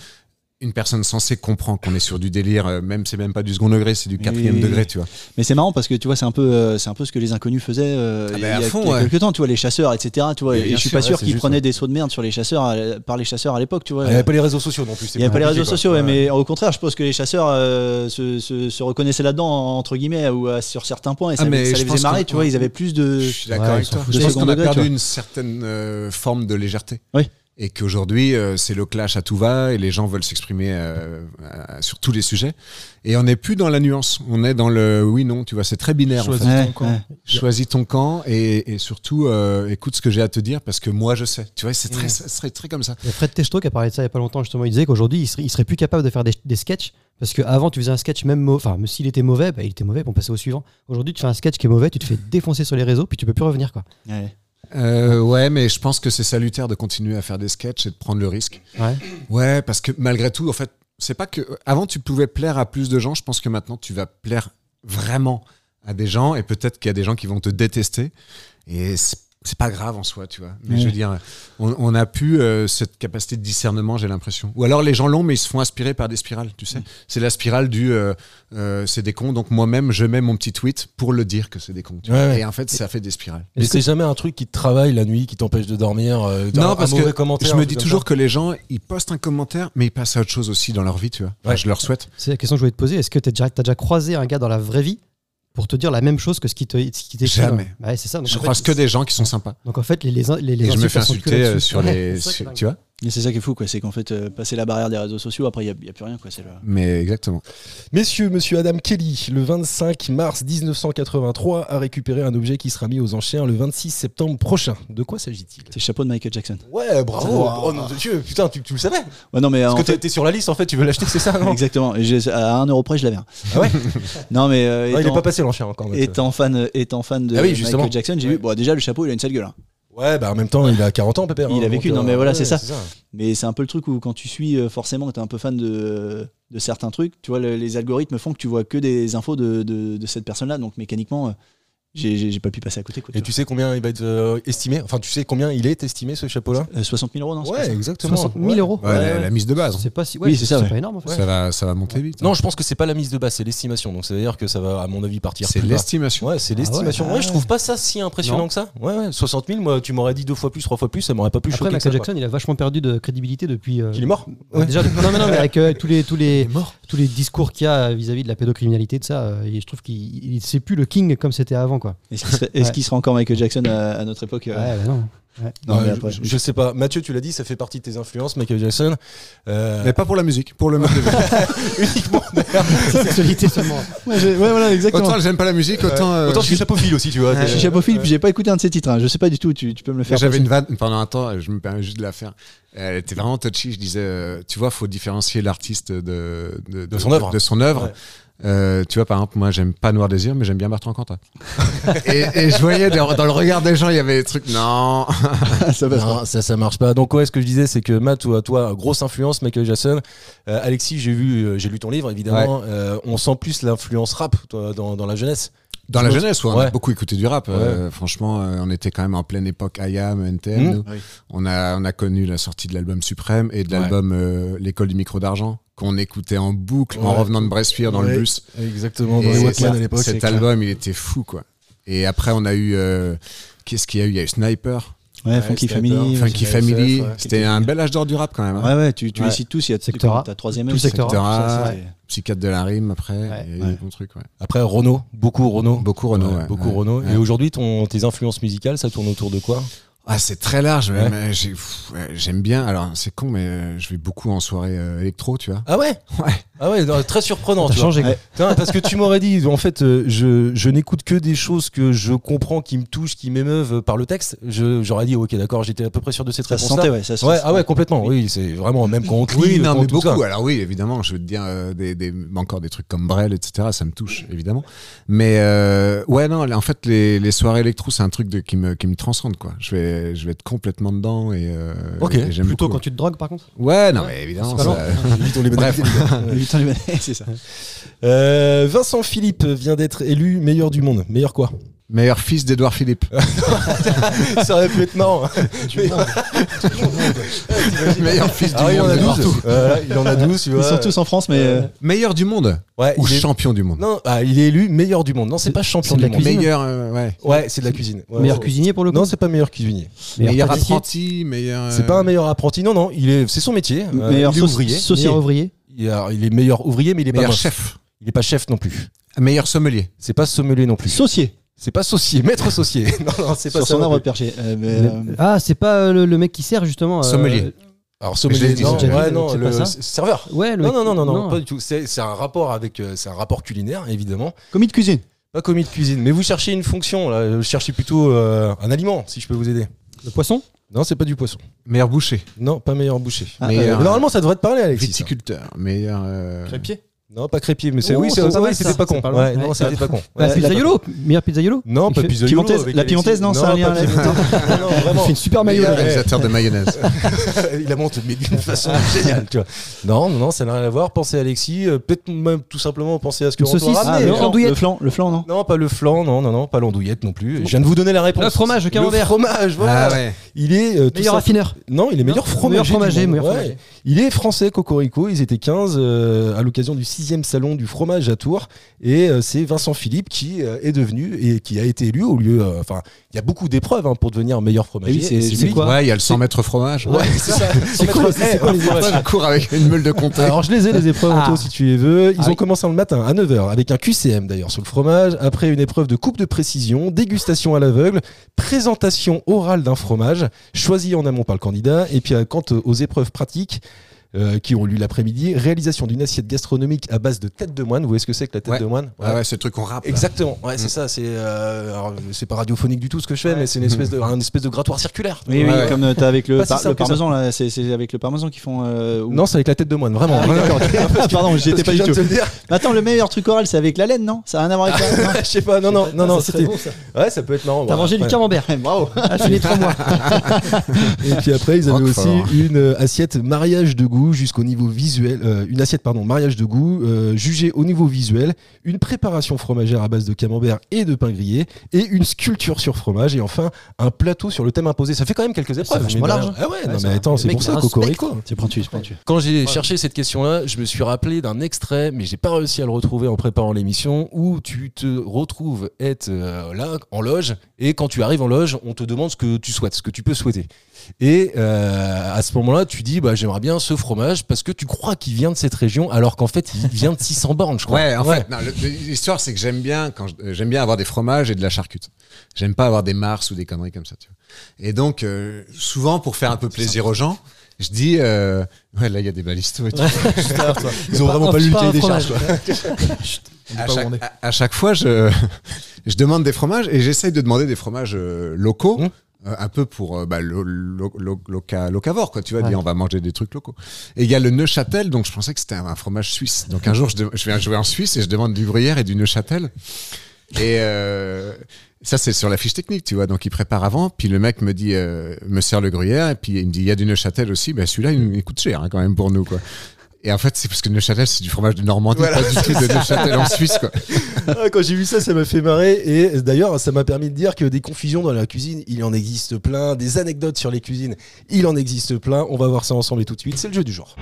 S6: une personne censée comprend qu'on est sur du délire, euh, même c'est même pas du second degré, c'est du quatrième
S7: Oui.
S6: degré, tu vois.
S7: Mais c'est marrant parce que tu vois, c'est un peu, euh, c'est un peu ce que les inconnus faisaient euh,
S6: Ah
S7: il y
S6: bah, à
S7: a, il y a
S6: fond,
S7: quelques
S6: ouais.
S7: temps, tu vois, les chasseurs, etc. Tu vois,
S6: Mais
S7: et
S6: bien
S7: je suis
S6: sûr,
S7: pas
S6: ouais,
S7: sûr
S6: c'est
S7: qu'ils
S6: juste,
S7: prenaient
S6: ouais.
S7: des sauts de merde sur les chasseurs euh, par les chasseurs à l'époque, tu vois.
S4: Il n'y avait pas les réseaux sociaux non plus.
S7: Il
S4: c'est
S7: n'y avait pas
S4: plus
S7: les
S4: compliqué,
S7: réseaux
S4: quoi.
S7: sociaux, ouais,
S4: Ouais.
S7: mais au contraire, je pense que les chasseurs euh, se, se- se reconnaissaient là-dedans, entre guillemets, ou euh, sur certains points, et ça,
S6: Ah, mais
S7: les- ça
S6: je
S7: les
S6: pense
S7: faisait marrer,
S6: qu'on-
S7: tu vois, ils avaient plus de...
S6: Je suis d'accord
S5: Ouais,
S6: avec
S5: ils s'en
S6: toi.
S5: foutent.
S6: Je
S7: Des
S6: pense qu'on a
S7: secondes degrés, tu
S6: perdu
S7: vois.
S6: une certaine euh, forme de légèreté.
S7: Oui.
S6: Et qu'aujourd'hui, euh, c'est le clash à tout va et les gens veulent s'exprimer euh, euh, sur tous les sujets. Et on n'est plus dans la nuance. On est dans le oui, non, tu vois, c'est très binaire. en
S8: Choisis
S6: fait.
S7: Ouais,
S8: ton camp.
S7: ouais.
S6: Choisis ton camp et, et surtout euh, écoute ce que j'ai à te dire parce que moi je sais. Tu vois, c'est très, c'est très, très comme ça.
S5: Il y a Fred Testo qui a parlé de ça il y a pas longtemps justement. Il disait qu'aujourd'hui il serait, il serait plus capable de faire des, des sketchs parce qu'avant tu faisais un sketch même mau- enfin même s'il était mauvais, bah, il était mauvais, puis on passait au suivant. Aujourd'hui tu fais un sketch qui est mauvais, tu te fais défoncer sur les réseaux puis tu peux plus revenir quoi.
S7: Ouais.
S6: Euh, ouais, mais je pense que c'est salutaire de continuer à faire des sketchs et de prendre le risque.
S5: Ouais.
S6: Ouais, parce que malgré tout, en fait, c'est pas que. Avant, tu pouvais plaire à plus de gens. Je pense que maintenant, tu vas plaire vraiment à des gens et peut-être qu'il y a des gens qui vont te détester. Et c'est c'est pas grave en soi, tu vois. Mais je veux dire, on, on a pu euh, cette capacité de discernement, j'ai l'impression. Ou alors les gens l'ont, mais ils se font aspirer par des spirales, tu sais. C'est la spirale du euh, euh, c'est des cons, donc moi-même, je mets mon petit tweet pour le dire que c'est des cons. tu
S4: Ouais,
S6: vois.
S4: ouais.
S6: Et en fait, ça fait des spirales.
S4: Mais c'est jamais un truc qui te travaille la nuit, qui t'empêche de dormir. euh, d'un- un mauvais commentaire,
S6: je
S4: un
S6: me
S4: truc hein,
S6: dis
S4: comme
S6: toujours que les gens, ils postent un commentaire, mais ils passent à autre chose aussi dans leur vie, tu vois. Enfin,
S4: Ouais.
S6: je leur souhaite.
S5: C'est la question que je voulais te poser. Est-ce que tu as déjà, t'as déjà croisé un gars dans la vraie vie pour te dire la même chose que ce qui te ce qui t'écrit
S6: Jamais.
S5: dans- Ouais, c'est ça. Donc,
S6: Je
S5: en fait,
S6: croise que des gens qui sont sympas.
S5: Donc en fait les les les, les
S6: et je me
S5: insultes,
S6: fais
S5: elles sont que
S6: insulter euh,
S5: là-dessus.
S6: sur les.
S5: Ouais, c'est ça qui est
S6: sur-
S5: dingue.
S6: tu vois
S7: Et c'est ça qui est fou, quoi, c'est qu'en fait, euh, passer la barrière des réseaux sociaux, après, il n'y a, plus rien, quoi. c'est Le...
S6: Mais exactement.
S4: Messieurs, monsieur Adam Kelly, le 25 mars 1983, a récupéré un objet qui sera mis aux enchères le 26 septembre prochain. De quoi s'agit-il
S7: C'est le chapeau de Michael Jackson.
S4: Ouais, bravo
S7: Wow.
S4: Oh non, Dieu, putain, tu, tu le savais
S7: Ouais, non, mais euh,
S4: Parce
S7: en
S4: que t'es-
S7: fait-
S4: t'es sur la liste en fait, tu veux l'acheter, c'est ça non
S7: Exactement, Et j'ai- à un euro près, je l'avais. un.
S4: Ah ouais
S7: [LAUGHS] Non, mais... euh,
S4: Ouais, Ah, Il est
S7: étant-
S4: pas passé l'enchère encore. donc, euh.
S7: Étant fan, euh, étant fan de
S4: Ah oui, justement.
S7: Michael Jackson, j'ai vu.
S4: Ouais.
S7: Bon, déjà le chapeau, il a une sale gueule. hein.
S4: Ouais, bah en même temps, il a 40 ans, Pépère.
S7: Il
S4: hein,
S7: a vécu,
S4: donc,
S7: non,
S4: euh,
S7: mais voilà,
S4: ouais,
S7: c'est ça. Mais c'est un peu le truc où quand tu suis, euh, forcément, que t'es un peu fan de, de certains trucs. Tu vois, le- les algorithmes font que tu vois que des infos de, de, de cette personne-là. Donc mécaniquement, euh, j'ai- j'ai j'ai pas pu passer à côté. Quoi,
S4: Et tu sais combien il va être euh, estimé Enfin, tu sais combien il est estimé ce chapeau-là
S7: vois. Euh, 60 000 euros, non c'est pas
S4: Ouais,
S7: ça
S4: exactement.
S5: 60 000 euros.
S6: Ouais, la, la mise de base. hein.
S5: C'est pas si.
S7: Oui, c'est ça,
S5: C'est
S7: ouais.
S5: pas énorme. En fait.
S6: Ça, va, ça va monter vite. hein.
S4: Non, je pense que c'est pas la mise de base, c'est l'estimation. Donc ça veut dire que ça va, à mon avis, partir.
S6: c'est
S4: plus bas.
S6: l'estimation.
S4: Ouais, c'est l'estimation.
S5: Ah
S4: ouais.
S5: ouais.
S4: je trouve pas ça si impressionnant
S5: Non.
S4: que ça. Ouais, ouais, 60 000, moi, tu m'aurais dit deux fois plus, trois fois plus, ça m'aurait pas plus
S5: Après,
S4: choqué. que ça,
S5: Michael
S4: quoi.
S5: Jackson, il a vachement perdu de crédibilité depuis. euh,
S4: Il est mort
S5: Ouais, Déjà, non, mais non, mais avec euh, tous les tous les
S4: mort.
S5: euh, tous les discours qu'il y a vis-à-vis de la pédocriminalité de ça, euh, et je trouve qu'il il- c'est plus le king comme c'était avant. quoi.
S7: Est-ce qu'il serait, est-ce
S5: Ouais.
S7: qu'il serait encore Michael Jackson à, à notre époque euh,
S5: Ouais, bah non.
S7: Non, mais
S4: Euh,
S7: après,
S4: je, je sais pas. Mathieu, tu l'as dit, ça fait partie de tes influences, Michael Jackson. Euh,
S6: Mais pas pour la musique, pour le [LAUGHS] mode de vie.
S4: uniquement.
S5: Sexualité seulement.
S7: Ouais, je- ouais, voilà, exactement.
S6: Autant j'aime pas la musique, autant. euh,
S4: Autant je suis chapophile aussi, tu vois.
S7: je suis chapophile, puis j'ai pas écouté un de ces titres. hein. Je sais pas du tout, tu, tu peux me le faire.
S6: J'avais
S7: passer.
S6: une vanne pendant un temps, je me permets juste de la faire. Elle était vraiment touchy. Je disais, euh, tu vois, faut différencier l'artiste de,
S4: De son œuvre.
S6: De son œuvre.
S4: Ouais.
S6: Euh, tu vois, par exemple, moi, j'aime pas Noir Désir, mais j'aime bien Bertrand Cantat. [LAUGHS] et, et je voyais dans, dans le regard des gens, il y avait des trucs. Non.
S7: Ça passe pas.
S4: Non, ça, ça marche pas. Donc ouais, ce que je disais, c'est que Matt, toi, toi grosse influence, Michael Jackson. Euh, Alexis, j'ai vu, euh, j'ai lu ton livre, évidemment. Euh, on sent plus l'influence rap toi, dans, dans la jeunesse.
S6: Dans
S4: Je
S6: la
S4: me-
S6: jeunesse, où on
S4: Ouais.
S6: a beaucoup écouté du rap. Euh, franchement, euh, on était quand même en pleine époque IAM, NTM.
S4: Mhm.
S6: nous.
S7: Oui.
S6: On, a, on a connu la sortie de l'album Suprême et de
S4: Ouais.
S6: l'album euh, L'école du micro d'argent, qu'on écoutait en boucle en
S4: Ouais.
S6: revenant de Bressuire dans
S4: Ouais.
S6: le bus.
S4: Exactement.
S6: Et ça- cet album, il était fou, quoi. Et après, on a eu. euh, Qu'est-ce qu'il y a eu Il y a eu Sniper,
S7: Ouais, Funky
S4: Sniper,
S7: Family. ouais.
S6: Funky
S4: ouais,
S6: Family.
S4: SF, ouais.
S6: C'était un bel âge d'or du rap, quand même. hein.
S7: Ouais, ouais, tu, tu
S6: Ouais.
S7: les cites tous. Il y a
S5: Secteur A.
S7: ta troisième
S5: Tout secteur A.
S7: ça,
S6: Secteur A,
S7: c'est-
S6: Psychiatre de la rime, après.
S5: Ouais.
S6: Il y a eu
S7: Ouais.
S6: des bons trucs, ouais.
S4: Après Renault, beaucoup Renault.
S6: Beaucoup Renault.
S4: Ouais,
S6: ouais.
S4: beaucoup
S6: Ouais.
S4: Renault.
S6: Ouais.
S4: Et aujourd'hui, ton, tes influences musicales, ça tourne autour de quoi
S6: Ah, c'est très large, mais-
S4: Ouais.
S6: mais j'ai- pff, ouais, j'aime bien. Alors, c'est con, mais euh, je vais beaucoup en soirée euh, électro, tu vois.
S4: Ah ouais
S6: Ouais.
S4: Ah ouais, non, très surprenant.
S5: T'as
S4: tu vois.
S5: changé. quoi.
S7: Ouais.
S4: Putain, parce que tu m'aurais dit, en fait, euh, je, je n'écoute que des choses que je comprends, qui me touchent, qui m'émeuvent euh, par le texte. Je- J'aurais dit, ok, d'accord, j'étais à peu près sûr de cette
S7: Ça se
S4: réponse-là.
S7: sentait, ouais. Ça se
S4: Ouais, ah ouais, complètement. Oui, c'est vraiment même quand on te lit,
S6: Oui, non,
S4: quand
S6: mais
S4: tout
S6: beaucoup.
S4: ça.
S6: Alors oui, évidemment, je veux te dire euh, des, des- encore des trucs comme Brel, etc. Ça me touche, évidemment. Mais euh, ouais, non, en fait, les, les soirées électro, c'est un truc de, qui, me, qui me transcende, quoi. Je vais, je vais être complètement dedans et, euh,
S4: Ok,
S6: et j'aime
S5: Plutôt
S6: beaucoup.
S5: quand tu te drogues, par contre.
S6: Ouais, non, mais évidemment.
S5: C'est pas
S6: ça-
S4: Bref.
S7: Putain, les Libanais, c'est ça.
S4: Euh, Vincent Philippe vient d'être élu meilleur du monde. Meilleur quoi
S6: Meilleur fils d'Edouard Philippe.
S4: Ça aurait pu être [LAUGHS] marrant.
S6: Meilleur fils du
S4: Ah, il en
S6: monde.
S4: a
S6: de
S4: 12.
S6: partout.
S4: Voilà, il en a 12, tu vois.
S7: Ils sont tous en France, mais euh,
S6: Meilleur du monde
S4: Ouais,
S6: ou
S4: il est-
S6: champion du monde.
S4: Non, ah, il est élu meilleur du monde. Non, c'est pas champion
S5: c'est de
S4: du
S5: la
S4: monde.
S5: cuisine.
S6: Meilleur, euh, ouais.
S4: Ouais, c'est de la cuisine. Ouais,
S5: meilleur
S4: ouais.
S5: cuisinier pour le coup.
S4: Non, c'est pas meilleur cuisinier.
S6: Meilleur
S5: pâtissier,
S6: apprenti, meilleur.
S4: C'est
S6: euh,
S4: pas un meilleur apprenti. Non, non, il est, c'est son métier. Euh,
S7: meilleur
S4: il est
S7: sauce-
S4: ouvrier.
S7: saucier.
S5: meilleur ouvrier.
S4: Il, alors, il est meilleur ouvrier, mais il est pas
S6: meilleur
S4: boss.
S6: chef,
S4: Il est pas chef non plus.
S6: meilleur sommelier.
S4: C'est pas sommelier non plus.
S7: Saucier.
S4: C'est pas saucier, maître saucier. [LAUGHS] non, non, c'est pas
S7: Sur
S4: ça
S7: son
S4: non
S7: arbre
S4: plus.
S7: perché. Euh, mais, euh,
S5: Ah, c'est pas euh, le, le mec qui sert justement. euh,
S6: Sommelier.
S4: Alors
S6: Je l'ai
S4: sommelier,
S6: dit,
S4: non,
S6: j'ai
S5: déjà
S4: ouais,
S5: dit,
S4: non,
S5: c'est
S4: le
S5: pas ça.
S4: c'est- serveur.
S5: Ouais, le
S4: Non,
S5: mec-
S4: non, non, non, non, pas du tout. C'est c'est un rapport avec, euh, c'est un rapport culinaire évidemment.
S7: Commis de cuisine.
S4: Pas commis de cuisine, mais vous cherchez une fonction. Là, vous cherchez plutôt euh, un aliment, si je peux vous aider.
S5: Le poisson
S4: Non, c'est pas du poisson.
S6: Meilleur boucher,
S4: Non, pas meilleur boucher.
S7: Ah,
S6: meilleur
S4: Mais normalement, ça devrait te parler, Alexis. ça.
S6: viticulteur, meilleur. euh,
S8: Trépied
S4: Non, pas crépier, mais c'est
S5: Oh,
S4: oui,
S5: c'est
S4: c'est-
S5: pas
S4: oui,
S5: mal,
S4: c'était
S5: ça.
S4: pas con.
S5: C'est pas loin.
S4: ouais, non,
S5: Ouais.
S4: c'était pas con.
S5: Bah,
S4: Ouais,
S5: c'est
S4: la-
S5: Pizzaiolo Meilleur Pizzaiolo
S4: Non, pas
S5: Il fait-
S4: pizza.
S7: Piemontaise- la Piemontaise, non, c'est un lien avec-
S4: Non, non,
S5: [LAUGHS] Il
S4: vraiment.
S5: fait une super maillot.
S6: Meilleur
S4: Meilleur-
S6: réalisateur de mayonnaise.
S4: Il la monte, mais [LAUGHS] d'une façon géniale, tu vois. Non, non, non, ça n'a rien à voir. Pensez à Alexis, euh, peut-être même tout simplement pensez à ce que
S5: Une
S4: Antoine
S5: saucisse.
S4: Ramsey-
S5: Ah,
S7: le,
S5: mais
S7: flan,
S5: andouillette.
S7: le flan, le flan, non
S4: Non, pas le flan, non, non, non, pas l'andouillette non plus. Je viens de vous donner la réponse.
S5: Le fromage, le
S4: Le
S5: camembert.
S4: fromage, voilà.
S6: Ah [LAUGHS] ouais.
S4: Il est euh, tout
S5: Meilleur
S4: ça-
S5: affineur.
S4: Non, il est meilleur
S5: Non,
S4: fromager.
S5: meilleur fromager,
S4: du monde.
S5: meilleur
S4: Ouais.
S5: fromager.
S4: Il est français, Cocorico. Ils étaient 15 euh, à l'occasion du 6e salon du fromage à Tours. Et euh, c'est Vincent Philippe qui euh, est devenu et qui a été élu au lieu. euh, Enfin, il y a beaucoup d'épreuves hein, pour devenir meilleur fromager.
S7: Eh oui, c'est-
S4: Et
S7: c'est
S4: lui-
S5: quoi
S6: Ouais, il y a le 100 mètres fromage. [LAUGHS]
S4: Ouais, [LAUGHS] c'est ça.
S5: C'est quoi,
S4: Maître-
S5: c'est- c'est
S4: Eh,
S5: quoi les
S4: fromage.
S6: Je cours avec une meule de compteur.
S4: Alors je les ai les épreuves
S5: Ah.
S4: Anto, si tu les veux. Ils
S5: Ah
S4: ont
S5: oui.
S4: commencé le matin à 9h avec un QCM d'ailleurs sur le fromage, après une épreuve de coupe de précision, dégustation à l'aveugle, présentation orale d'un fromage choisi en amont par le candidat et puis euh, quant aux épreuves pratiques euh, qui ont lieu l'après-midi, réalisation d'une assiette gastronomique à base de tête de moine. Vous voyez ce que c'est que la tête
S6: Ouais.
S4: de moine
S6: Ah ouais, c'est le truc qu'on rappe. là.
S4: Exactement, ouais, c'est ça, c'est euh, alors, c'est pas radiophonique du tout ce que je fais, mais c'est une espèce de un espèce de grattoir circulaire.
S7: Oui, oui,
S6: Ouais, ouais.
S7: comme euh, t'as avec le,
S4: Pas si
S7: par-
S4: simple
S7: le
S4: que ça.
S7: parmesan, là, c'est c'est avec le parmesan qu'ils font. euh, ou-
S4: Non, c'est avec la tête de moine, [LAUGHS] vraiment.
S7: Ah, pardon, j'y étais
S4: Parce que
S7: pas du
S4: je viens de
S7: tout.
S4: te le dire.
S7: Attends, le meilleur truc oral, c'est avec la laine, non Ça a rien à voir avec la
S4: [LAUGHS] Je sais pas, non, non, [LAUGHS] non, non, c'était.
S5: bon ça.
S4: Ouais, ça peut être marrant.
S5: T'as
S4: voilà.
S5: mangé du
S4: Ouais.
S5: camembert.
S7: laine. [LAUGHS] Bravo
S5: Ah, je suis né trois mois.
S4: Et puis après, ils
S5: Oh,
S4: avaient aussi
S6: Roquefort.
S4: une euh, assiette mariage de goût jusqu'au niveau visuel. euh, une assiette, pardon, mariage de goût euh, jugée au niveau visuel. Une préparation fromagère à base de camembert et de pain grillé. Et une sculpture sur fromage. Et enfin, un plateau sur le thème imposé. Ça fait quand même quelques épreuves.
S5: vachement
S4: mine de
S5: large,
S4: rien. Ah ouais, non,
S5: ça
S4: mais
S5: va.
S4: attends,
S5: Le
S4: c'est
S5: mec,
S4: pour
S5: il
S4: ça,
S5: respecte.
S4: Cocorico.
S7: C'est pointu, c'est pointu.
S4: Quand j'ai cherché cette question-là, je me suis rappelé d'un extrait, mais j'ai pas réussi à le retrouver en préparant l'émission, où tu te retrouves être euh, là, en loge, et quand tu arrives en loge, on te demande ce que tu souhaites, ce que tu peux souhaiter. Et euh, à ce moment-là, tu dis, bah, j'aimerais bien ce fromage parce que tu crois qu'il vient de cette région alors qu'en fait il vient de 600 bornes, je crois.
S6: Ouais, en fait, non, le- le- l'histoire c'est que j'aime bien quand je- euh, j'aime bien avoir des fromages et de la charcute. J'aime pas avoir des mars ou des conneries comme ça. Tu vois. Et donc euh, souvent pour faire un peu plaisir aux gens, je dis euh, ouais là il y a des balistos. Et tout.
S5: Ils ont vraiment pas lu le cahier des charges.
S6: à, chaque, à- à chaque fois je [LAUGHS] je demande des fromages et j'essaye de demander des fromages euh, locaux.
S4: Mhm.
S6: euh, un peu pour euh, bah, lo- lo- lo- loca- locavore quoi tu vois
S5: Ouais.
S6: dire, on va manger des trucs locaux et il y a le Neuchâtel donc je pensais que c'était un, un fromage suisse donc un jour je, de- je vais jouer en Suisse et je demande du gruyère et du Neuchâtel Et euh, ça, c'est sur la fiche technique, tu vois. Donc, il prépare avant. Puis le mec me dit, euh, me sert le gruyère. Et puis, il me dit, il y a du Neuchâtel aussi. Ben, celui-là, il, il coûte cher hein, quand même pour nous, quoi. Et en fait, c'est parce que Neuchâtel, c'est du fromage de Normandie, pas du tout de Neuchâtel en Suisse, quoi.
S4: Ah, quand j'ai vu ça, ça m'a fait marrer. Et d'ailleurs, ça m'a permis de dire que des confusions dans la cuisine, il en existe plein. Des anecdotes sur les cuisines, il en existe plein. On va voir ça ensemble et tout de suite. C'est le jeu du jour.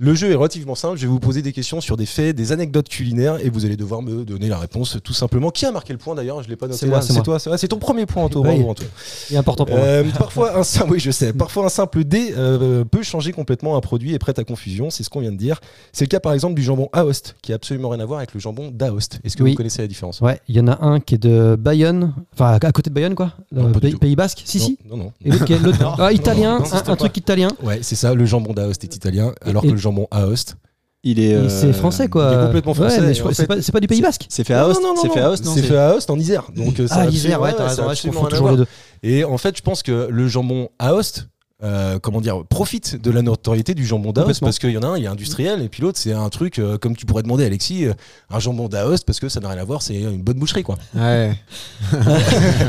S4: Le jeu est relativement simple. Je vais vous poser des questions sur des faits, des anecdotes culinaires, et vous allez devoir me donner la réponse tout simplement. Qui a marqué le point d'ailleurs Je l'ai pas noté.
S5: C'est moi,
S4: là.
S5: c'est
S4: c'est
S5: moi.
S4: toi. C'est ah, c'est ton premier point, Anto.
S5: Oui.
S4: Bravo, Anto.
S5: C'est important pour moi.
S4: Euh, parfois, un, sim- [LAUGHS] oui, je sais. Parfois, un simple dé euh, peut changer complètement un produit et prête à confusion. C'est ce qu'on vient de dire. C'est le cas, par exemple, du jambon Aoste, qui a absolument rien à voir avec le jambon d'Aoste. Est-ce que
S5: Oui.
S4: vous connaissez la différence
S5: Ouais, il y en a un qui est de Bayonne, enfin à côté de Bayonne quoi,
S4: Non,
S5: euh,
S4: pas du
S5: Pays-
S4: tout.
S5: Pays Basque. Si
S4: non,
S5: si.
S4: Non, non.
S5: Et l'autre qui est l'autre- ah, italien,
S4: non, non,
S5: un- un,
S4: c'était
S5: truc italien.
S4: Ouais, c'est ça. Le jambon d'Aoste est italien, alors
S5: Et-
S4: que le jambon Aoste.
S7: Il est.
S5: Et
S7: euh,
S5: C'est français quoi.
S4: il est complètement
S5: Ouais,
S4: français,
S5: mais
S4: et
S5: je
S4: en
S5: crois-
S4: fait,
S5: C'est pas, c'est pas du Pays Basque.
S7: C'est fait à Host.
S4: Non, non, non,
S7: C'est
S4: non.
S7: fait à Host, non
S4: C'est fait à Aoste en Isère. Donc, euh, ça
S5: Ah
S4: a
S5: l'Isère,
S4: absolument-
S5: ouais, t'as
S4: ça a
S5: raison, ouais, je
S4: absolument
S5: confonds
S4: rien à
S5: toujours les
S4: voir.
S5: deux.
S4: Et en fait, je pense que le jambon Aoste, euh, comment dire, profite de la notoriété du jambon d'Aoste
S5: Complètement.
S4: parce qu'il y en a un, il est industriel, et puis l'autre, c'est un truc, euh, comme tu pourrais demander, Alexis, euh, un jambon d'Aoste parce que ça n'a rien à voir, c'est une bonne boucherie, quoi. [LAUGHS]
S6: Ouais.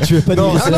S5: tu veux pas
S4: Non,
S5: dire ça
S4: non,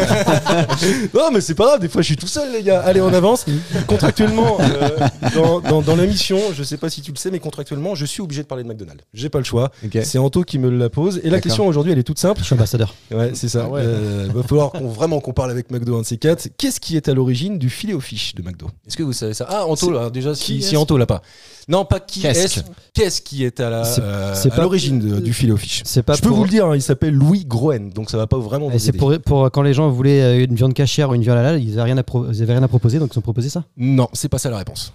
S4: [LAUGHS] non, mais c'est pas grave, des fois je suis tout seul, les gars. Allez, on avance. Contractuellement, euh, dans, dans, dans la mission, je sais pas si tu le sais, mais contractuellement, je suis obligé de parler de McDonald's. J'ai pas le choix.
S6: Ok.
S4: C'est Anto qui me la pose. Et la
S6: D'accord.
S4: question aujourd'hui, elle est toute simple.
S5: Je suis ambassadeur.
S4: Ouais, c'est ça.
S8: Ah ouais.
S4: Euh, va falloir qu'on vraiment qu'on parle avec McDo un de ces quatre. Qu'est-ce qui est à l'origine du filet au fish de McDo Est-ce que vous savez ça Ah, Anto, là, déjà, si,
S8: qui
S4: si
S8: est-ce
S4: Anto l'a pas. Non, pas qui
S6: Qu'est-ce
S4: est-ce. Qu'est-ce qui est à la,
S5: C'est-
S4: euh,
S5: c'est
S4: à
S5: pas-
S4: l'origine de- du filet au fish
S5: C'est pas
S4: Je peux
S5: pour-
S4: vous le dire, hein, il s'appelle Louis Groen, donc ça va pas vraiment.
S5: Et
S4: vous
S5: C'est
S4: aider.
S5: pour, pour quand les gens voulaient euh, une viande cachère ou une viande halal, ils avaient rien à, pro- ils avaient rien à proposer, donc ils ont proposé ça.
S4: Non, c'est pas ça la réponse.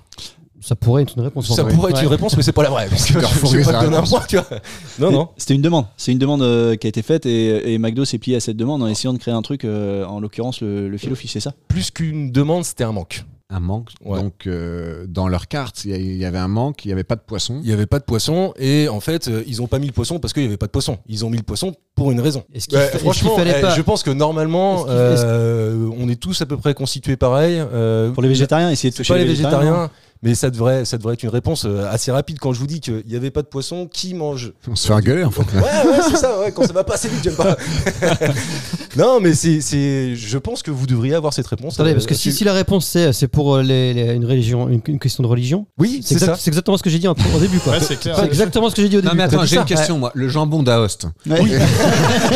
S5: Ça pourrait être une réponse. en
S4: Ça
S5: vrai.
S4: pourrait être
S5: Ouais.
S4: une réponse, mais c'est pas la vraie.
S5: [LAUGHS]
S4: Parce que je
S6: leur fourguer
S4: vais pas
S6: sa
S4: te donner un
S6: réponse.
S4: point, tu vois. Non, Oh, non.
S7: C'était une demande. C'est une demande euh, qui a été faite et, et McDo s'est plié à cette demande en essayant de créer un truc, euh, en l'occurrence le, le fil au fish, c'est ça
S4: Plus qu'une demande, c'était un manque.
S6: Un manque.
S4: Ouais.
S6: Donc, euh, dans leur carte, il y a- il y, avait un manque, il n'y avait pas de poisson.
S4: Il y avait pas de poisson, et en fait, euh, ils ont pas mis le poisson parce qu'il y avait pas de poisson. Ils ont mis le poisson pour une raison.
S5: Est-ce qu'il fa-
S4: Ouais,
S5: est-ce qu'il
S4: franchement,
S5: fallait
S4: eh,
S5: pas
S4: je pense que
S5: Est-ce
S4: normalement,
S5: qu'il- est-ce-
S4: euh, on est tous à peu près constitués pareil. euh,
S7: Pour les végétariens, essayer de
S4: c'est
S7: toucher
S4: pas les
S7: non
S4: végétariens. Mais ça devrait, ça devrait être une réponse euh, assez rapide quand je vous dis qu'il n'y avait pas de poisson. Qui mange
S6: On se fait engueuler, en fait.
S4: [LAUGHS] Ouais,
S6: [LAUGHS]
S4: ouais, c'est ça, ouais, quand ça va pas assez vite, j'aime pas. [LAUGHS] non, mais c'est, c'est, je pense que vous devriez avoir cette réponse.
S5: Attendez,
S4: euh,
S5: parce que si,
S4: assez-
S5: si la réponse c'est c'est pour euh, les- les- une religion, une, une question de religion,
S4: Oui,
S5: c'est
S4: c'est
S5: exact-
S4: ça.
S5: c'est exactement ce que j'ai dit en- au début quoi.
S8: Ouais, c'est clair.
S5: C'est exactement ce que j'ai dit au début.
S6: Non, mais
S5: quoi.
S6: attends, j'ai
S5: C'est
S6: une
S5: ça.
S6: question, moi. Le jambon d'Aoste.
S7: Ouais.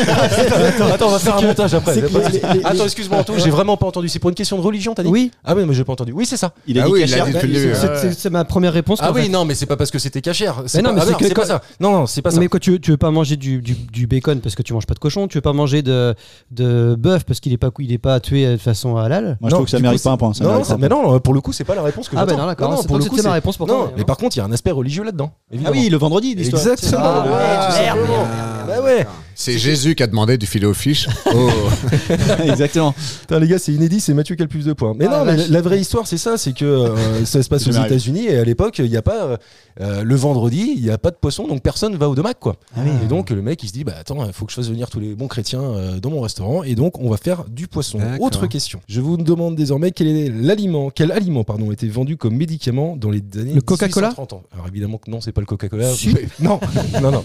S4: Attends, [LAUGHS] attends, on va faire un montage après.
S5: c'est que
S4: Attends,
S5: les- les-
S4: attends, excuse-moi, Anto, j'ai vraiment pas entendu. C'est pour une question de religion, t'as dit
S5: Oui,
S4: Ah oui, mais j'ai pas entendu. Oui, c'est ça.
S7: Il a
S6: Ah
S7: dit
S6: oui, il a
S7: cachère.
S6: dit
S7: Ouais,
S6: depuis le
S7: c'est-
S6: début.
S5: c'est- c'est c'est ma première réponse.
S4: Ah
S5: qu'en
S4: oui,
S5: fait.
S4: non, mais c'est pas parce que c'était cachère.
S5: Mais
S4: C'est
S5: non,
S4: pas-
S5: mais
S4: ah
S5: c'est
S4: non,
S5: que-
S4: c'est pas ça. Non, non, c'est pas ça.
S5: Mais quoi, tu, veux- tu veux pas manger du, du, du bacon parce que tu manges pas de cochon, tu veux pas manger de, de bœuf parce qu'il est pas, cou- il est pas tué euh, de façon halal.
S7: Moi, je trouve que ça
S4: du
S7: mérite
S4: coup,
S7: pas un point. ça
S4: Non,
S7: mérite
S4: ça-
S7: pas un
S4: mais
S7: point.
S4: non, pour le coup, c'est pas la réponse que
S5: Ah
S4: j'attends.
S5: bah non, d'accord.
S4: Non,
S5: c'est-
S4: pour
S5: donc
S4: le coup,
S5: c'était ma
S4: c'est-
S5: réponse pour
S4: Non, mais par contre, il y a un aspect religieux là-dedans.
S7: Ah
S4: évidemment.
S7: oui, le vendredi, l'histoire.
S4: Exactement.
S5: Ah,
S4: Ouais,
S5: merde.
S4: tout simplement. Bah ouais.
S6: euh, C'est Jésus qui a demandé du filet au fish.
S4: [LAUGHS]
S6: Oh.
S7: Exactement.
S4: Putain, les gars, c'est inédit, c'est Mathieu qui a le plus de points. Mais
S5: Ah,
S4: non, mais
S5: vache.
S4: la vraie histoire, c'est ça c'est que
S5: [LAUGHS]
S4: euh, ça se passe
S7: Ça
S4: aux
S7: m'arrive.
S4: États-Unis et à l'époque, il n'y a pas. euh, le vendredi, il n'y a pas de poisson, donc personne va au domac, quoi.
S5: Ah
S4: Et donc, le mec, il se dit bah attends, il faut que je fasse venir tous les bons chrétiens euh, dans mon restaurant et donc on va faire du poisson.
S6: D'accord.
S4: Autre question. Je vous demande désormais quel est l'aliment, quel aliment, pardon, était vendu comme médicament dans les années
S5: Le Coca-Cola
S4: 1830 ans. Alors évidemment que non, c'est pas le Coca-Cola.
S5: Si.
S4: mais- [LAUGHS] Non, non, non.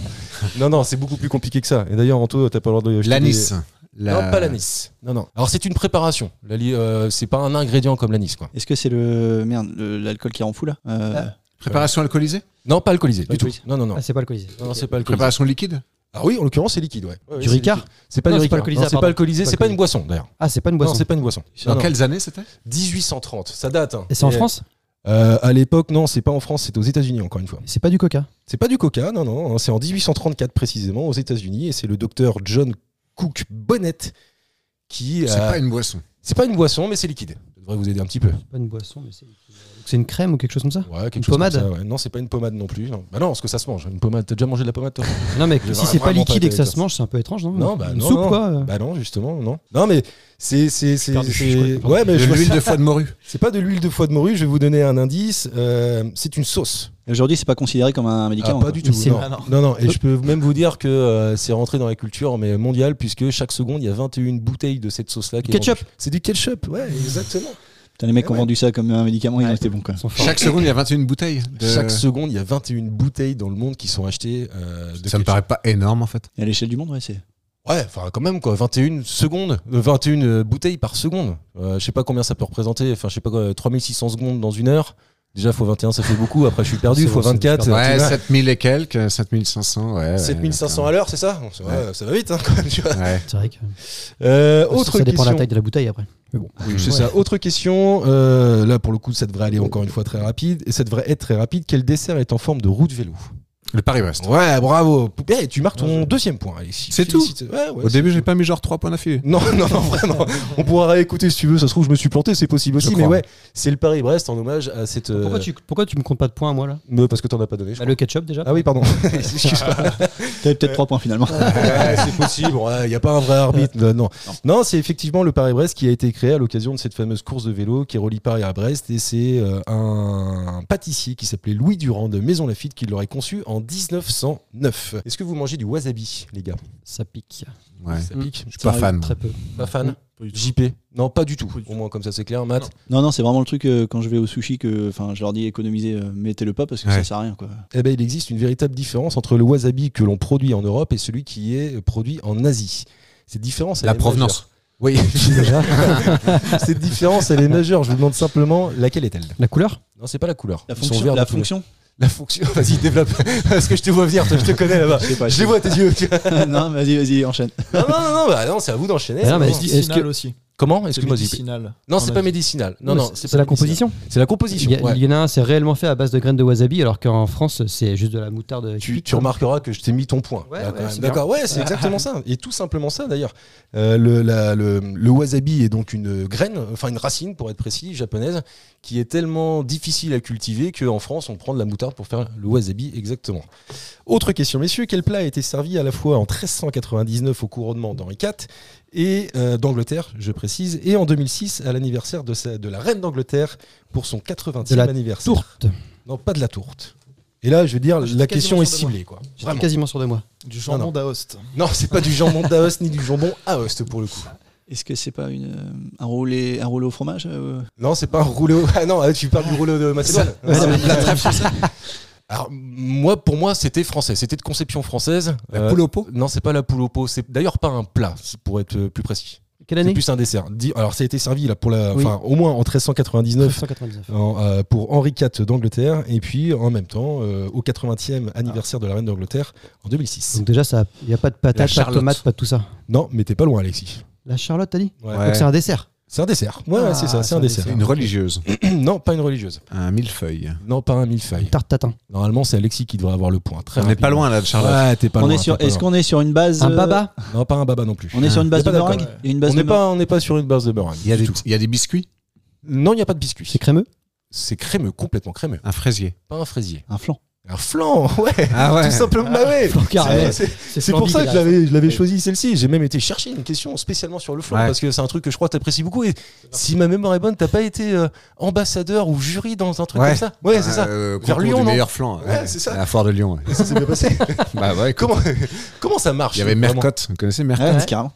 S4: Non, non, c'est beaucoup plus compliqué que ça. Et d'ailleurs, Anto, t'as pas le droit de.
S6: L'anis. La-
S4: Non, pas l'anis. Non, non. Alors, c'est une préparation. La li- euh, c'est pas un ingrédient comme l'anis, quoi.
S7: Est-ce que c'est le. Merde, le- l'alcool qui rend fou là Euh,
S6: Préparation alcoolisée
S4: Non, pas alcoolisé, du tout.
S7: alcoolisé.
S4: Non, non, non.
S5: Ah, c'est pas alcoolisé.
S4: Non, non, c'est pas alcoolisé.
S6: Préparation liquide
S4: Ah oui, en l'occurrence, c'est liquide, ouais. Ouais, ouais,
S5: Du
S4: c'est
S5: Ricard
S4: liquide. C'est pas
S5: Non,
S4: du
S5: c'est
S4: Ricard.
S5: pas alcoolisé,
S4: Non, C'est pas
S5: pardon.
S4: alcoolisé,
S5: C'est
S4: c'est
S5: pas
S4: pas une boisson, d'ailleurs.
S5: Ah, c'est pas une
S4: Non,
S5: boisson.
S4: c'est pas une boisson.
S6: Dans
S4: Non, non.
S6: quelles années c'était
S4: 1830, ça date. hein.
S5: Et c'est en
S4: Et,
S5: France
S4: euh, À l'époque, non, c'est pas en France, c'est aux États-Unis encore une fois.
S5: C'est pas du coca.
S4: C'est pas du coca, non, non, non, c'est en 1834 précisément aux États-Unis et c'est le docteur John Cook Bonnet qui.
S6: C'est
S4: a-
S6: pas une boisson.
S4: C'est pas une boisson, mais c'est liquide.
S6: Le
S4: devrait vous aider un petit peu.
S5: Pas une boisson, mais c'est. Donc C'est une crème ou quelque chose comme ça
S4: Ouais, quelque
S5: Une
S4: chose comme
S5: pommade
S4: ça, ouais. Non, c'est pas une pommade non plus. Non. Bah non, parce que ça se mange. Une pommade. T'as déjà mangé de la pommade toi
S5: Non, mais
S4: J'ai
S5: si c'est
S4: vraiment
S5: pas liquide
S4: pas
S5: et que ça
S4: été-
S5: se mange, c'est un peu étrange, non
S4: Non, bah
S5: Une
S4: non,
S5: soupe,
S4: non.
S5: quoi. euh.
S4: Bah non, justement, non. Non, mais c'est c'est c'est
S5: Perdu,
S4: c'est-
S5: je connais pas.
S4: ouais, mais je
S6: De
S4: vois
S6: l'huile
S4: ça.
S6: de foie de morue.
S4: C'est pas de l'huile de foie de morue. Je vais vous donner un indice. euh, c'est une sauce.
S7: Et Aujourd'hui, c'est pas considéré comme un
S4: Ah,
S7: médicament.
S4: pas
S7: quoi.
S4: du tout.
S5: Mais c'est-
S4: Non.
S8: Ah, non.
S4: non, non. Et je peux même vous dire que euh, c'est rentré dans la culture mais mondiale puisque chaque seconde il y a 21 bouteilles de cette sauce là.
S5: Du ketchup.
S4: C'est du ketchup. Ouais, exactement.
S7: Putain, les mecs qui ont
S4: Ouais.
S7: vendu ça comme un médicament, ils ont été bons quoi.
S5: Ils sont forts.
S6: Chaque seconde, il y a 21 bouteilles. de-
S4: Chaque seconde, il y a 21 bouteilles dans le monde qui sont achetées. euh, de
S6: Ça me
S4: ketchup.
S6: paraît pas énorme en fait.
S7: Et à l'échelle du monde, ouais, c'est.
S4: Ouais, enfin quand même quoi, 21 secondes, euh, 21 euh, bouteilles par seconde. Euh, je sais pas combien ça peut représenter, enfin je sais pas quoi, euh, 3600 secondes dans une heure. Déjà fois 21 ça fait beaucoup, après je suis perdu,
S5: C'est
S4: fois
S5: bon, c'est
S4: 24. euh,
S6: Ouais,
S4: tu vois.
S6: 7000 et quelques, 7500. Ouais, ouais,
S4: 7500 à l'heure, c'est ça C'est vrai, Ça va vite, hein, quand même, tu vois.
S6: d'accord. Ouais.
S5: C'est vrai que.
S4: Euh,
S5: Ça,
S4: autre
S5: ça dépend de la
S4: question. Euh,
S5: taille de la bouteille après.
S4: Oui, c'est ça. Autre question. euh, là, pour le coup, ça devrait aller encore une fois très rapide. Et ça devrait être très rapide. Quel dessert est en forme de roue de vélo
S6: Le Paris-Brest.
S4: Ouais, bravo. Eh, tu marques ton deuxième point, Alexis.
S6: C'est tout
S4: Félicite- Ouais, ouais,
S6: Au
S4: c'est
S6: début,
S4: tout.
S6: j'ai pas mis genre 3 points d'affilée.
S4: Non, [LAUGHS] non, non, vraiment. On pourra écouter si tu veux. Ça se trouve, je me suis planté, c'est possible aussi.
S6: Je
S4: Mais
S6: crois.
S4: ouais, c'est le Paris-Brest en hommage à cette. euh,
S5: Pourquoi tu, pourquoi tu me comptes pas de points, moi, là
S4: me- Parce que t'en as pas donné. je
S5: Bah,
S4: crois.
S5: Le ketchup déjà
S4: Ah oui, [LAUGHS] pardon. Excuse-moi.
S7: T'avais peut-être trois points finalement.
S4: Ouais, c'est possible. Il n'y a pas un vrai arbitre. Euh, Non, non. Non, c'est effectivement le Paris-Brest qui a été créé à l'occasion de cette fameuse course de vélo qui relie Paris à Brest. Et c'est euh, un pâtissier qui s'appelait Louis Durand de Maison Lafitte qui l'aurait conçu en 1909. Est-ce que vous mangez du wasabi, les gars
S5: Ça pique.
S6: Ouais.
S4: Ça pique.
S6: Je suis pas fan.
S5: Très peu.
S4: Pas fan JP Non, pas du tout. Au moins, comme ça, c'est clair. Matt
S7: [LAUGHS] Non, non, c'est vraiment le truc euh, quand je vais au sushi que enfin, je leur dis économisez, euh, mettez-le pas parce que
S6: Ouais.
S7: ça sert à rien. Quoi.
S4: Eh ben, il existe une véritable différence entre le wasabi que l'on produit en Europe et celui qui est produit en Asie. Cette différence, elle
S6: La
S4: est majeure.
S6: provenance. Oui.
S5: déjà.
S4: [LAUGHS] Cette différence, elle est majeure. Je vous demande simplement laquelle est-elle
S5: La couleur
S4: Non, c'est pas la couleur.
S7: La
S4: Ils
S7: fonction,
S4: sont verts
S7: la
S4: de couleur.
S7: fonction
S4: La fonction. [LAUGHS] Vas-y, développe. Parce que je te vois venir, toi, je te connais là-bas.
S7: Je sais pas.
S4: Je les vois à tes yeux. tu vois.
S7: [LAUGHS] non, vas-y, vas-y, enchaîne.
S4: non, non, non, non, bah, non, c'est à vous d'enchaîner.
S5: Ah non, mais
S4: C'est
S5: est-ce
S4: bon.
S5: que-
S8: Médicinal aussi.
S4: Comment
S8: C'est
S4: Excuse-moi, JP.
S8: médicinal.
S4: Non, c'est
S8: En
S4: pas
S8: Asie.
S4: médicinal. Non,
S5: Mais
S4: non,
S5: c'est
S4: pas
S5: la
S4: médicinal.
S5: composition.
S4: C'est la
S5: Il
S4: composition.
S5: y, a-
S4: ouais.
S5: il y en a un, c'est réellement fait à base de graines de wasabi, alors qu'en France, c'est juste de la moutarde.
S4: Tu,
S5: cuite.
S4: tu remarqueras que je t'ai mis ton point.
S5: euh, Ouais,
S4: Là,
S5: ouais,
S4: quand même.
S5: c'est
S4: D'accord, ouais,
S5: [LAUGHS]
S4: c'est exactement ça. Et tout simplement ça, d'ailleurs. Euh, le, la- le- le wasabi est donc une graine, enfin une racine, pour être précis, japonaise, qui est tellement difficile à cultiver qu'en France, on prend de la moutarde pour faire le wasabi, exactement. Autre question, messieurs, quel plat a été servi à la fois en 1399 au couronnement d'Henri IV et euh, d'Angleterre, je précise, et en 2006 à l'anniversaire de, sa- de la reine d'Angleterre pour son 80e
S5: De la
S4: anniversaire
S5: Tourte.
S4: Non, pas de la tourte. Et là, je veux dire,
S8: J'étais
S4: la
S8: quasiment
S4: question est
S8: sûr de moi.
S4: ciblée, quoi.
S5: J'étais
S4: Vraiment.
S5: quasiment sûr de moi.
S8: Du
S4: Non, non.
S8: jambon d'Aoste.
S4: Non, c'est pas du jambon d'Aoste ni du jambon Aoste pour le coup.
S7: Est-ce que c'est pas une, euh, un, roulé, un roulé au fromage euh,
S4: Non, c'est pas un rouleau. Ah non, tu parles du rouleau de Macédoine.
S7: ouais,
S4: Ah,
S7: ouais,
S4: la trêve française. [LAUGHS] Alors, moi, pour moi, c'était français. C'était de conception française.
S6: La
S4: Euh,
S6: poule au pot
S4: Non, c'est pas la poule au pot. C'est d'ailleurs pas un plat, c'est- pour être plus précis.
S5: Quelle
S4: C'est
S5: année
S4: plus un dessert. Dis- Alors, ça a été servi là pour la,
S5: Oui.
S4: enfin, au moins en 1399
S5: 1999.
S4: en, euh, pour Henri IV d'Angleterre et puis en même temps euh, au 80e anniversaire de la reine d'Angleterre en 2006.
S5: Donc déjà, il n'y a pas de
S6: La
S5: patate, pas de
S6: Charlotte.
S5: tomate, pas de tout ça.
S4: Non, mais t'es pas loin, Alexis.
S5: La Charlotte, t'as dit
S4: Ouais.
S5: Donc c'est un dessert.
S4: C'est un dessert. Ouais,
S5: Ah,
S4: c'est ça. C'est un dessert.
S6: [LAUGHS] Une religieuse.
S4: [COUGHS] non, pas une religieuse.
S6: Un millefeuille.
S4: Non, pas un millefeuille.
S5: Tarte tatin.
S4: Normalement, c'est Alexis qui devrait avoir le point. Très
S6: On n'est pas
S4: rapidement.
S6: loin là de Charlotte.
S4: Ouais, t'es pas
S7: on
S4: loin,
S7: est sur,
S4: t'es pas
S7: Est-ce
S4: loin.
S7: qu'on est sur une base.
S5: Un
S7: euh,
S5: baba
S4: Non, pas un baba non plus.
S7: On est sur une base
S4: Y a
S7: de
S4: pas d'accord.
S7: meringue Il y a une base
S4: On
S7: de
S4: n'est pas, on n'est pas sur une base de meringue.
S6: Il y, a
S4: du
S6: des,
S4: tout.
S6: il y a des biscuits
S4: Non, il n'y a pas de biscuit.
S5: C'est crémeux
S4: C'est crémeux, complètement crémeux.
S6: Un fraisier.
S4: Pas un fraisier.
S7: Un flan.
S4: Un flan, [LAUGHS] ouais.
S6: [LAUGHS] Ah
S4: Tout simplement, bah ouais.
S5: Flan carré.
S4: C'est- C'est pour ça que je l'avais- je l'avais choisi celle-ci. J'ai même été chercher une question spécialement sur le flan
S6: Ouais.
S4: parce que c'est un truc que je crois que t'apprécies beaucoup. Et si ma mémoire est bonne, t'as pas été euh, ambassadeur ou jury dans un truc
S6: Ouais.
S4: comme ça Ouais, c'est ça.
S6: Euh,
S4: Vers
S6: concours
S4: Lyon,
S6: du
S4: non
S6: meilleur flanc.
S4: Ouais, c'est ça.
S6: À la foire de Lyon. ouais.
S4: [LAUGHS] Ça s'est bien passé.
S6: bah ouais, écoute,
S4: comment, comment ça marche
S6: Il y avait
S4: vraiment
S6: Mercotte. Vous connaissez
S7: Ouais,
S6: Mercotte
S7: c'est carrément.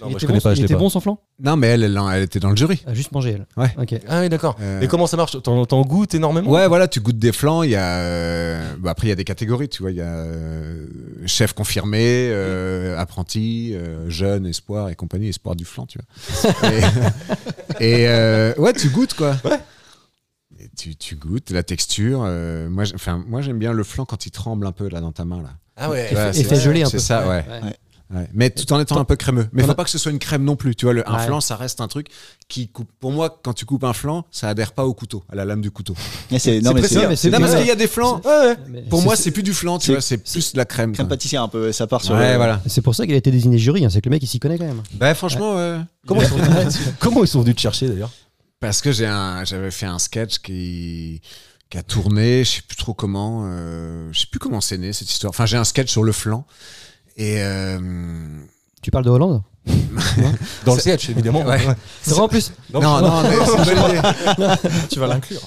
S4: Non, moi,
S5: Il était
S4: je connais
S5: bon-
S4: pas, je
S5: Il
S4: l'ai
S5: était
S4: pas.
S5: bon sans flan
S6: Non, mais elle, elle, elle était dans le jury.
S5: Elle a juste mangé, elle.
S6: Ouais.
S5: Ok.
S4: Ah oui, d'accord.
S6: Euh,
S4: Et comment ça marche T'en t'en goûtes énormément
S6: Ouais, voilà, tu goûtes des flancs. Il y a, euh, bah, après, il y a des catégories, tu vois. Il y a euh, chef confirmé, euh, apprenti, euh, jeune, espoir et compagnie, espoir du flanc, tu
S5: [LAUGHS]
S6: vois. et et, euh, ouais, tu goûtes quoi.
S4: Ouais.
S6: Et tu, tu goûtes la texture. euh, moi, j'ai- enfin, moi, j'aime bien le flanc quand il tremble un peu là dans ta main là.
S4: Ah
S6: Tu vois,
S5: et
S6: c'est-
S5: fait geler un peu.
S6: C'est ça, ouais.
S5: Ouais.
S6: Ouais. Mais tout en étant un peu crémeux. Mais
S5: T'en
S6: faut
S5: as-
S6: pas que ce soit une crème non plus. Tu vois, le, un
S5: Ouais.
S6: flan, ça reste un truc qui coupe. Pour moi, quand tu coupes un flan, ça adhère pas au couteau, à la lame du couteau.
S7: Mais c'est- Non,
S5: C'est
S7: mais
S5: précis,
S7: c'est
S5: mais c'est
S6: Non, parce
S5: dégueulasse.
S6: qu'il y a des flancs.
S4: [LAUGHS]
S5: Mais
S6: Pour
S5: c'est-
S6: moi, c'est plus du flan, tu
S7: c'est-
S6: vois, c'est plus de la crème.
S7: crème
S6: quoi.
S7: pâtissière un peu. Ça part sur.
S6: Ouais,
S7: le-
S6: voilà.
S5: c'est pour ça qu'il a été désigné jury, hein, c'est que le mec il s'y connaît quand même.
S6: Bah, franchement, ouais.
S4: Comment ils, sont, comment ils sont venus te chercher d'ailleurs
S6: Parce que j'ai un- j'avais fait un sketch qui, qui a tourné, je sais plus trop comment, euh, je sais plus comment c'est né cette histoire. Enfin, j'ai un sketch sur le flanc. Et euh,
S5: [LAUGHS] Tu parles de Hollande
S4: Dans le sketch, évidemment.
S6: ouais.
S5: C'est vrai en plus
S6: non, non, mais c'est une bonne idée.
S8: tu vas l'inclure.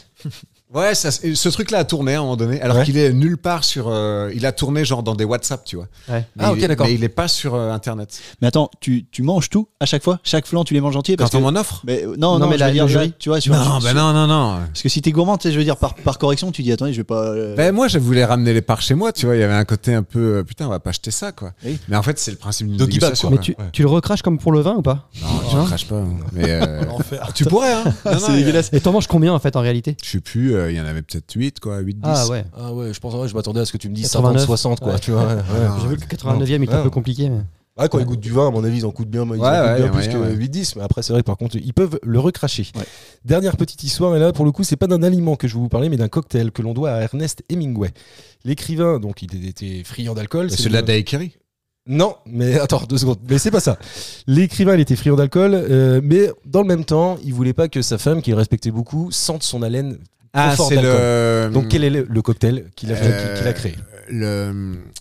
S6: Ouais, ça, c'est- ce truc-là a tourné à un moment donné, alors
S4: Ouais.
S6: qu'il est nulle part sur. euh, il a tourné genre dans des WhatsApp, tu vois.
S5: Ouais.
S6: Mais
S4: Ah, ok,
S6: il-
S4: d'accord.
S6: Mais il est pas sur euh, Internet.
S7: Mais attends, tu, tu manges tout à chaque fois Chaque flanc, tu les manges entiers parce
S6: Quand on
S7: que...
S6: m'en offre
S7: mais, euh, non,
S5: Non,
S7: non,
S5: mais
S7: mais je
S5: la-
S7: veux dire,
S5: le
S7: je-
S5: jury.
S7: tu vois, sur,
S4: bah
S7: sur-
S6: non, non, non.
S7: Parce que si t'es gourmand, tu sais, je veux dire, par, par correction, tu dis, attendez, je vais pas. euh,
S6: Ben moi, je voulais ramener les parts chez moi, tu vois. Il y avait un côté un peu euh, putain, on va pas acheter ça, quoi.
S7: Oui.
S6: Mais en fait, c'est le principe d'une
S4: Doggy bag,
S6: dégustation.
S5: Mais
S6: quoi.
S5: tu, tu le recraches comme pour le vin ou
S6: [LAUGHS]
S5: pas
S6: Non, je crache pas.
S4: [LAUGHS]
S6: hein. Mais euh,
S8: Enfer.
S6: tu pourrais. Hein. Non, non,
S7: c'est
S6: il y a-
S7: dégueulasse.
S5: Et t'en manges combien en fait en réalité
S6: Je sais plus. euh, Il y en avait peut-être 8, quoi, 8, 10.
S5: Ah ouais.
S4: Ah ouais, je pense, ouais, je m'attendais à ce que tu me dises
S5: 89.
S4: 50, 60, quoi,
S5: Ouais.
S4: tu vois. Ah, ouais, ouais.
S5: J'ai vu Euh, que le 89ème était un peu
S4: Ouais.
S5: compliqué. mais-
S4: Ah, quand ils goûtent du vin, à mon avis, ils en coûtent bien, ils en
S6: Ouais,
S4: coûtent
S6: ouais,
S4: bien
S6: ouais,
S4: plus
S6: ouais,
S4: que
S6: ouais.
S4: 8-10. Mais après, c'est vrai que par contre, ils peuvent le recracher.
S7: Ouais.
S4: Dernière petite histoire, et là, pour le coup, c'est pas d'un aliment que je vais vous parler, mais d'un cocktail que l'on doit à Ernest Hemingway. L'écrivain, donc, il était friand d'alcool.
S6: Mais
S4: c'est
S6: Euh, C'est de
S4: le-
S6: la daiquiri.
S4: Non, mais [LAUGHS] attends deux secondes. Mais c'est pas ça. L'écrivain, il était friand d'alcool, euh, mais dans le même temps, il voulait pas que sa femme, qu'il respectait beaucoup, sente son haleine.
S6: Ah,
S4: fort
S6: c'est le.
S4: Donc, quel est le, le cocktail qu'il a,
S6: Mmh. Euh,
S4: qu'il a créé
S6: Le.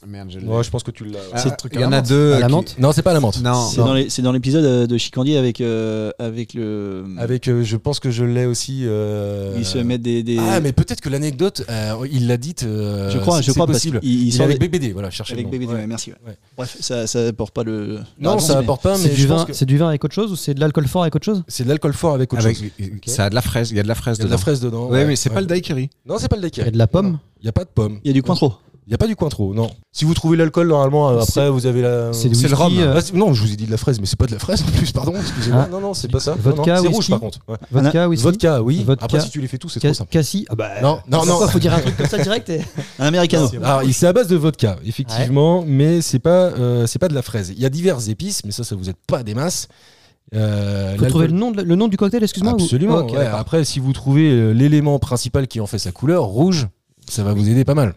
S6: Merde, je l'ai.
S4: Ouais, Je pense que tu l'as.
S6: Ah,
S8: c'est le truc
S6: Il
S8: à
S6: y en
S8: la
S6: a
S8: menthe.
S6: deux.
S5: À la
S6: qui-
S5: menthe
S4: Euh, Non, c'est pas la menthe.
S6: Non.
S7: C'est dans les- c'est dans l'épisode euh, de Chicandier avec, euh, avec le.
S4: Avec, euh, je pense que je l'ai aussi. euh,
S7: Ils se mettent des. des-
S4: Ah, mais peut-être que l'anecdote, euh, il l'a dite. euh,
S7: je crois,
S4: c'est-
S7: je
S4: c'est
S7: crois, parce
S4: possible.
S7: qu'ils ils
S4: il est
S7: sortent
S4: avec
S7: des-
S4: BBD, voilà, cherchez le
S7: avec
S4: nom.
S7: BBD,
S4: Ouais.
S7: ouais, merci. ouais.
S4: Ouais.
S7: Bref, ça, ça apporte pas le. la
S4: Non,
S7: réponse,
S4: ça
S7: mais-
S4: apporte pas,
S5: C'est
S4: mais
S5: du,
S4: je
S5: vin-
S4: pense que
S5: c'est du vin avec autre chose ou c'est de l'alcool fort avec autre chose
S4: c'est de l'alcool fort avec autre
S6: Avec-
S4: chose.
S6: Ça a de la fraise. Il y a de la fraise
S4: Il y a de la
S6: dedans.
S4: fraise dedans.
S6: Ouais, mais c'est pas
S4: ouais.
S6: le daiquiri.
S4: Non, c'est pas le
S5: Il y
S4: daiquiri.
S5: a de la pomme
S4: Il n'y a pas de pomme.
S7: Il y a du coin trop.
S4: Il n'y a pas du cointreau, non. Si vous trouvez l'alcool, normalement, euh,
S5: C'est-
S4: après, vous avez la.
S5: C'est du
S6: c'est le rhum.
S5: whisky, euh,
S4: Ah, c'est- non, je vous ai dit de la fraise, mais c'est pas de la fraise en plus, pardon, excusez-moi.
S5: Ah.
S4: non, non, c'est pas ça. Non,
S5: Vodka,
S4: non, c'est
S5: whisky.
S4: rouge par contre. Ouais.
S5: Vodka, whisky
S4: Vodka, oui.
S5: Vodka.
S4: Après, si tu les fais tous, c'est
S5: ca-
S4: trop simple.
S5: Cassis Ah bah,
S4: Non, non, non.
S5: Pourquoi faut dire un truc comme ça
S4: [LAUGHS]
S5: direct et-
S7: Un americano.
S4: Alors, il- c'est à base de vodka, effectivement, mais c'est pas, euh, c'est pas de la fraise. Il y a diverses épices, mais ça, ça vous aide pas des masses. Euh,
S5: Faut
S4: l'alcool-
S5: trouver le nom, de- le nom du cocktail, excuse-moi ou-
S4: Absolument.
S5: Ok,
S4: ouais.
S5: d'accord.
S4: Après, si vous trouvez euh, l'élément principal qui en fait sa couleur, rouge, ça va vous aider pas mal.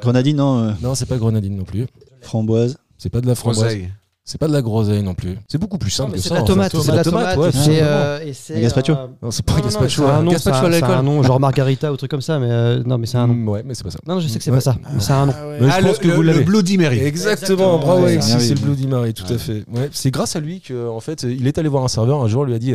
S7: Grenadine, non. euh,
S4: Non, c'est pas grenadine non plus.
S7: framboise.
S4: C'est pas de la framboise.
S6: Groseille.
S4: C'est pas de la groseille non plus. C'est beaucoup plus
S5: Non,
S4: simple
S5: mais
S4: que
S5: C'est
S4: ça.
S5: de la
S4: en
S5: tomate,
S4: fait.
S5: c'est de la tomate.
S4: ouais, Ah,
S5: et c'est,
S4: absolument.
S5: euh, et c'est,
S7: Un gazpacho.
S5: euh,
S4: Non, c'est pas un
S5: non, non,
S4: gazpacho.
S5: c'est un
S4: hein.
S5: nom, c'est
S4: Gazpacho à
S5: un- c'est un
S4: l'alcool.
S5: nom, genre margarita ou truc comme ça, mais euh, non, mais c'est un nom.
S4: Mm, Ouais, mais c'est pas ça.
S5: Non, non, je sais que c'est
S4: Ouais.
S5: pas ça. mais C'est un nom.
S4: Mais
S6: Ah,
S4: je pense
S6: le-
S4: que
S6: le-
S4: vous
S6: Le
S4: l'avez.
S6: Bloody Mary.
S4: Exactement, bravo
S5: Ouais,
S4: Alexis,
S7: bien
S4: c'est
S7: vu.
S4: le Bloody Mary, tout à fait. Ouais, c'est grâce à lui que, en fait, il est allé voir un serveur un jour, lui a dit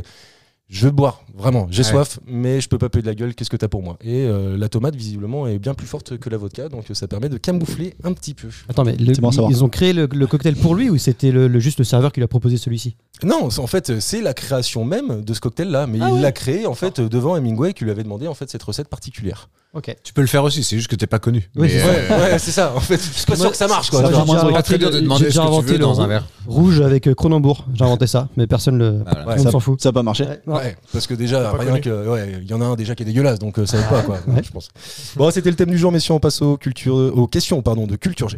S4: Je veux boire, vraiment, j'ai
S6: Ouais.
S4: soif, mais je peux pas payer de la gueule, qu'est-ce que t'as pour moi Et euh, la tomate, visiblement, est bien plus forte que la vodka, donc euh, ça permet de camoufler un petit peu.
S5: Attends, mais le-
S7: C'est bon à savoir.
S5: ils ont créé le, le cocktail pour lui ou c'était le, le- juste le serveur qui lui a proposé celui-ci
S4: Non, c'est- en fait, c'est la création même de ce cocktail-là,
S5: Ah
S4: mais il l'a créé, en fait, devant Hemingway qui lui avait demandé, en fait, cette recette particulière.
S5: Ok.
S6: Tu peux le faire aussi, c'est juste que t'es pas connu.
S5: Oui,
S6: Mais,
S5: c'est
S6: euh,
S4: ouais, c'est ça, en fait, je suis pas sûr que ça marche, quoi.
S5: Moi,
S4: tu
S5: j'ai
S4: vois.
S5: déjà
S6: C'est pas
S5: inventé
S6: très dur de
S5: le-
S6: demander
S5: j'ai
S6: ce
S5: déjà
S6: que tu
S5: inventé
S6: veux
S5: le
S6: dans un
S5: rou-
S6: verre.
S5: Rouge avec euh, Cronenbourg. J'ai inventé ça, mais personne le.
S6: Voilà.
S4: Ouais.
S5: on
S7: Ça-
S5: s'en fout.
S7: Ça a pas marché.
S5: Non.
S4: Ouais, parce que déjà,
S8: pas
S4: rien
S8: connu.
S4: que, ouais, il y en a un déjà qui est dégueulasse, donc euh, ça aide pas, quoi, je pense. Bon, c'était le thème du jour, messieurs, on passe aux, cultures, aux questions pardon, de Culture G.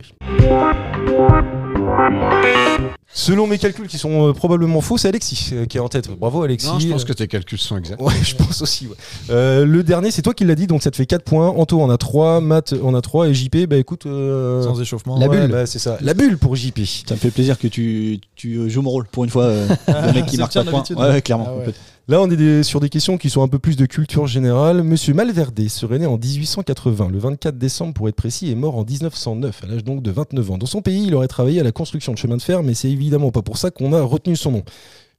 S4: Selon mes calculs qui sont euh, probablement faux, c'est Alexis euh, qui est en tête. Bravo Alexis. Euh,
S6: Non, je pense que tes calculs sont
S4: [LAUGHS]
S6: exacts.
S4: Ouais, je pense aussi. ouais. Euh, le dernier, c'est toi qui l'as dit, donc ça te fait 4 points. Anto en a 3, Matt en a 3 et JP, bah écoute. euh,
S8: Sans échauffement.
S5: La
S4: ouais,
S5: bulle.
S4: bah, c'est ça. La bulle pour JP.
S7: Ça me fait plaisir que tu, tu joues mon rôle pour une fois, euh, le mec qui
S8: C'est
S7: marque
S8: bien
S7: pas de points.
S8: d'habitude.
S7: Ouais, ouais, clairement.
S8: Ah ouais.
S7: on peut-
S4: Là, on est des- sur des questions qui sont un peu plus de culture générale. Monsieur Malverde serait né en 1880, le 24 décembre pour être précis, et mort en 1909, à l'âge donc de 29 ans. Dans son pays, il aurait travaillé à la construction de chemins de fer, mais c'est évidemment pas pour ça qu'on a retenu son nom.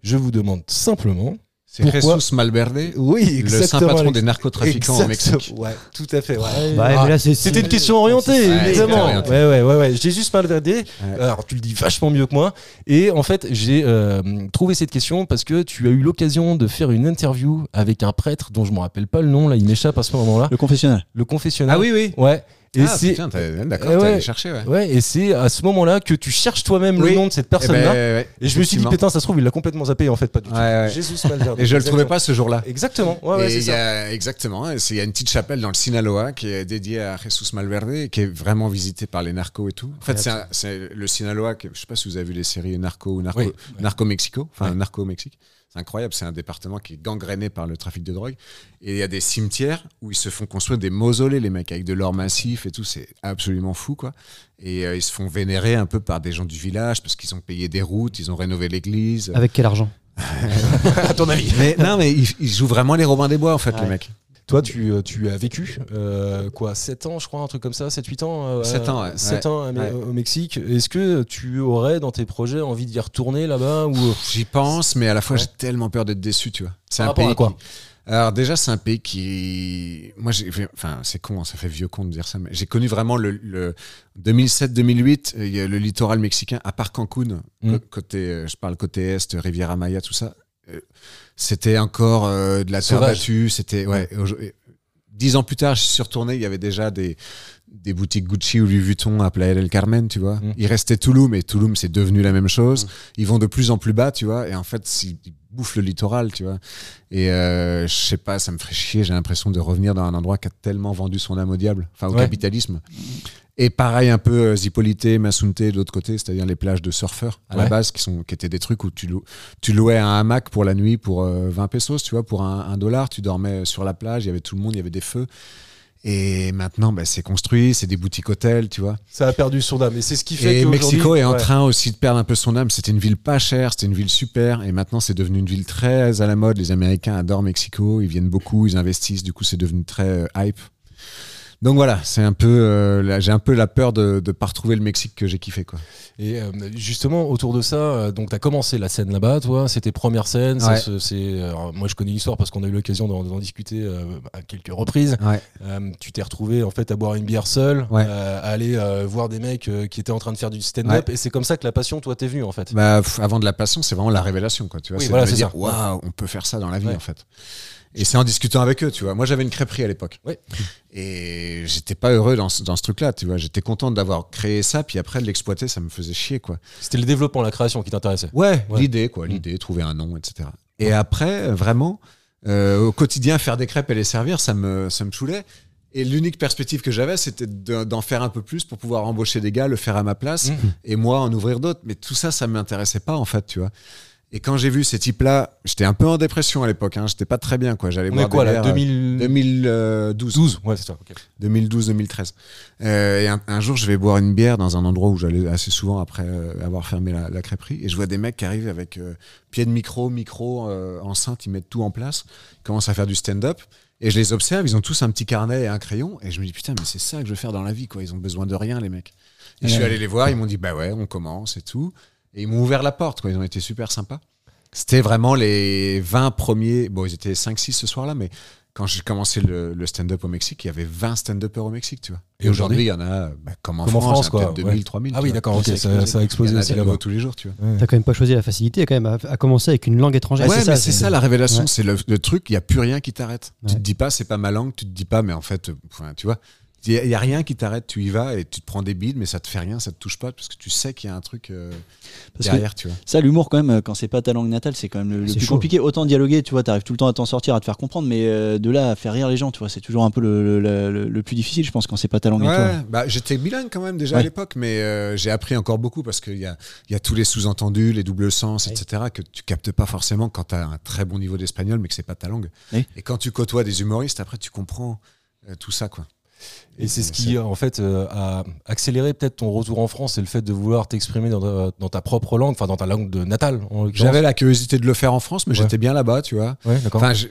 S4: Je vous demande simplement.
S6: C'est
S4: Pourquoi
S6: Jesus Malverde,
S4: Oui,
S6: le saint patron des narcotrafiquants au Mexique.
S4: Ouais, tout à fait. ouais.
S5: Bah,
S4: Ah,
S5: mais là, c'est-
S4: C'était une
S5: c'est-
S4: question orientée,
S6: Mmh. Ouais, c'était
S4: évidemment.
S6: orienté.
S4: Ouais, ouais, ouais, ouais. J'ai juste mal regardé. Alors, tu le dis vachement mieux que moi. Et en fait, j'ai euh, trouvé cette question parce que tu as eu l'occasion de faire une interview avec un prêtre dont je me rappelle pas le nom, là, il m'échappe à ce moment-là.
S7: Le confessionnal.
S4: Le confessionnal.
S6: Ah oui.
S4: Ouais. Et
S6: Ah,
S4: c'est.
S6: putain, t'as- d'accord,
S4: Eh
S6: t'as
S4: ouais.
S6: allé chercher, ouais.
S4: Ouais, et c'est à ce moment-là que tu cherches toi-même
S6: Oui.
S4: le nom de cette
S6: Eh ben,
S4: personne-là.
S6: ouais,
S4: et je me suis dit,
S6: effectivement.
S4: putain, ça se trouve, il l'a complètement zappé, en fait, pas du tout.
S6: Ouais, ouais.
S4: Jésus Malverde.
S6: Et je le trouvais pas ce jour-là.
S4: Exactement. Ouais, ouais,
S6: Et
S4: c'est
S6: il y
S4: ça.
S6: a, exactement, et c'est- il y a une petite chapelle dans le Sinaloa qui est dédiée à Jesus Malverde et qui est vraiment visitée par les narcos et tout. En fait, c'est un- c'est le Sinaloa, qui, je sais pas si vous avez vu les séries Narco ou Narco,
S4: Oui, ouais.
S6: Narco Mexico, enfin Narco Mexique. C'est incroyable, c'est un département qui est gangréné par le trafic de drogue. Et il y a des cimetières où ils se font construire des mausolées, les mecs, avec de l'or massif et tout. C'est absolument fou, quoi. Et euh, ils se font vénérer un peu par des gens du village parce qu'ils ont payé des routes, ils ont rénové l'église.
S5: Avec quel argent
S4: à ton avis.
S6: Mais non, mais il, il joue vraiment les Robins des Bois, en fait,
S7: Ouais.
S6: le mec.
S4: Toi, tu, euh, tu as vécu euh, quoi 7 ans, je crois, un truc comme ça, 7-8 ans euh,
S6: Sept ans, ouais.
S4: 7
S6: Ouais.
S4: ans à Me-
S6: Ouais.
S4: au Mexique. Est-ce que tu aurais dans tes projets envie d'y retourner là-bas ou...
S6: J'y pense, mais à la fois,
S4: Ouais.
S6: j'ai tellement peur d'être déçu, tu vois. C'est
S4: Par rapport à
S6: pays
S4: quoi
S6: qui- Alors déjà, c'est un pays qui... Moi, j'ai... Enfin, c'est con, hein, ça fait vieux con de dire ça, mais j'ai connu vraiment le... le 2007-2008, il y a le littoral mexicain, à part Cancun,
S4: Mm.
S6: co- côté, euh, je parle côté Est, Riviera Maya, tout ça, euh, c'était encore euh, de la terre
S4: Sauvage. Mm.
S6: battue, c'était... Ouais, aujourd- et Dix ans plus tard, je suis retourné, il y avait déjà des, des boutiques Gucci ou Louis Vuitton à Playa del Carmen, tu vois.
S4: Mm.
S6: Il restait Tulum, et Tulum, c'est devenu la même chose ils vont de plus en plus bas, tu vois, et en fait, ils ils bouffent le littoral, tu vois. Et euh, je sais pas, ça me ferait chier, j'ai l'impression de revenir dans un endroit qui a tellement vendu son âme au diable, enfin au
S4: Ouais.
S6: capitalisme. Et pareil, un peu euh, Zipolite, Masunte de l'autre côté, c'est-à-dire les plages de surfeurs à
S4: Ouais.
S6: la base, qui, sont, qui étaient des trucs où tu, lou- tu louais un hamac pour la nuit pour euh, 20 pesos, tu vois, pour un, un dollar, tu dormais sur la plage, il y avait tout le monde, il y avait des feux. Et maintenant, bah, c'est construit, c'est des boutiques hôtels, tu vois.
S4: Ça a perdu son âme. Et c'est ce qui fait
S6: Et
S4: que.
S6: Mexico est en train aussi de perdre un peu son âme. C'était une ville pas chère, c'était une ville super, et maintenant c'est devenu une ville très à la mode. Les Américains adorent Mexico, ils viennent beaucoup, ils investissent, du coup c'est devenu très euh, hype. Donc voilà, c'est un peu, euh, là, j'ai un peu la peur de ne pas retrouver le Mexique que j'ai kiffé quoi.
S4: Et euh, justement, autour de ça, euh, donc t'as commencé la scène là-bas, toi, c'était première scène. ça
S6: Ouais.
S4: se- c'est, euh, moi, je connais l'histoire parce qu'on a eu l'occasion d'en d'en discuter euh, à quelques reprises.
S6: Ouais.
S4: Euh, tu t'es retrouvé en fait à boire une bière seule,
S6: Ouais.
S4: euh, à aller euh, voir des mecs euh, qui étaient en train de faire du stand-up, et c'est comme ça que la passion, toi, t'es venue en fait.
S6: Bah, pff, avant de la passion, c'est vraiment la révélation quoi. Tu vois,
S4: Oui,
S6: c'est
S4: voilà,
S6: de me
S4: c'est
S6: dire
S4: ça.
S6: waouh, on peut faire ça dans la vie
S4: Ouais.
S6: en fait. Et c'est en discutant avec eux, tu vois. Moi, j'avais une crêperie à l'époque.
S4: Ouais.
S6: Et j'étais pas heureux dans ce, dans ce truc-là, tu vois. J'étais content d'avoir créé ça, puis après de l'exploiter, ça me faisait chier, quoi.
S4: C'était le développement, la création qui t'intéressait.
S6: Ouais,
S4: Ouais. Mm.
S6: l'idée, quoi, l'idée, trouver un nom, etc. Et après, euh, vraiment, euh, au quotidien, faire des crêpes et les servir, ça me, ça me saoulait. Et l'unique perspective que j'avais, c'était de- d'en faire un peu plus pour pouvoir embaucher des gars, le faire à ma place,
S4: Mhm.
S6: et moi en ouvrir d'autres. Mais tout ça, ça m'intéressait pas, en fait, tu vois. Et quand j'ai vu ces types-là, j'étais un peu en dépression à l'époque, hein, j'étais pas très bien, quoi. J'allais
S4: On est
S6: voir
S4: quoi
S6: des euh,
S4: là
S6: LR,
S4: 2000...
S6: 2012.
S4: 12, ouais, c'est ça. ok.
S6: 2012-2013. Euh, et un, un jour, je vais boire une bière dans un endroit où j'allais assez souvent après euh, avoir fermé la, la crêperie. Et je vois des mecs qui arrivent avec euh, pied de micro, micro, euh, enceinte, ils mettent tout en place, ils commencent à faire du stand-up. Et je les observe, ils ont tous un petit carnet et un crayon. Et je me dis, putain, mais c'est ça que je veux faire dans la vie, quoi. Ils ont besoin de rien, les mecs. Et je suis allé les voir, ils m'ont dit, bah ouais, on commence et tout. Et ils m'ont ouvert la porte, quoi. Ils ont été super sympas. C'était vraiment les 20 premiers. Bon, ils étaient 5-6 ce soir-là, mais quand j'ai commencé le, le stand-up au Mexique, il y avait 20 stand-uppers au Mexique, tu vois.
S4: Et
S6: Et
S4: aujourd'hui
S6: aujourd'hui, il y en a, bah, comme en
S4: Comme en
S6: France,
S4: France,
S6: il y en a
S4: quoi,
S6: peut-être
S4: ouais.
S6: 2000, 3000.
S4: Ah oui,
S6: tu vois.
S4: d'accord, ok, ça, ça a
S6: Il y
S4: explosé
S6: en a
S4: aussi
S6: des
S4: là-bas.
S6: nouveaux tous les jours, tu vois.
S5: T'as quand même pas choisi la facilité, quand même, à, à commencer avec une langue étrangère.
S6: Ouais, mais c'est ça la révélation,
S5: Ouais.
S6: c'est le, le truc, il n'y a plus rien qui t'arrête. Tu
S5: Ouais.
S6: te dis pas, c'est pas ma langue, tu te dis pas, mais en fait, euh, enfin, tu vois, il n'y a, il y a rien qui t'arrête, tu y vas et tu te prends des bides, mais ça te fait rien, ça te touche pas, parce que tu sais qu'il y a un truc euh,
S7: Parce que
S6: derrière, tu vois.
S7: ça, l'humour, quand même, euh, quand c'est pas ta langue natale, c'est quand même le, le
S5: C'est
S7: plus
S5: chaud.
S7: compliqué. Autant dialoguer, tu vois, t'arrives tout le temps à t'en sortir, à te faire comprendre, mais euh, de là à faire rire les gens, tu vois, c'est toujours un peu le, le- le- le plus difficile, je pense, quand c'est pas ta langue
S6: Ouais,
S7: natale.
S6: bah, j'étais bilingue quand même déjà à
S7: Ouais.
S6: l'époque, mais euh, j'ai appris encore beaucoup parce qu'il y a, il y a tous les sous-entendus, les doubles sens,
S5: Ouais.
S6: etc. que tu captes pas forcément quand tu as un très bon niveau d'espagnol, mais que c'est pas ta langue.
S7: Ouais.
S6: Et quand tu côtoies des humoristes, après tu comprends euh, tout ça, quoi.
S4: Et c'est ce
S6: euh,
S4: qui, en fait, euh, a accéléré peut-être ton retour en France, c'est le fait de vouloir t'exprimer dans, ta- dans ta propre langue, enfin dans ta langue de natale. en l'occurrence.
S6: J'avais la curiosité de le faire en France, mais
S4: Ouais.
S6: j'étais bien là-bas, tu vois.
S4: Ouais, d'accord.
S6: Enfin, je,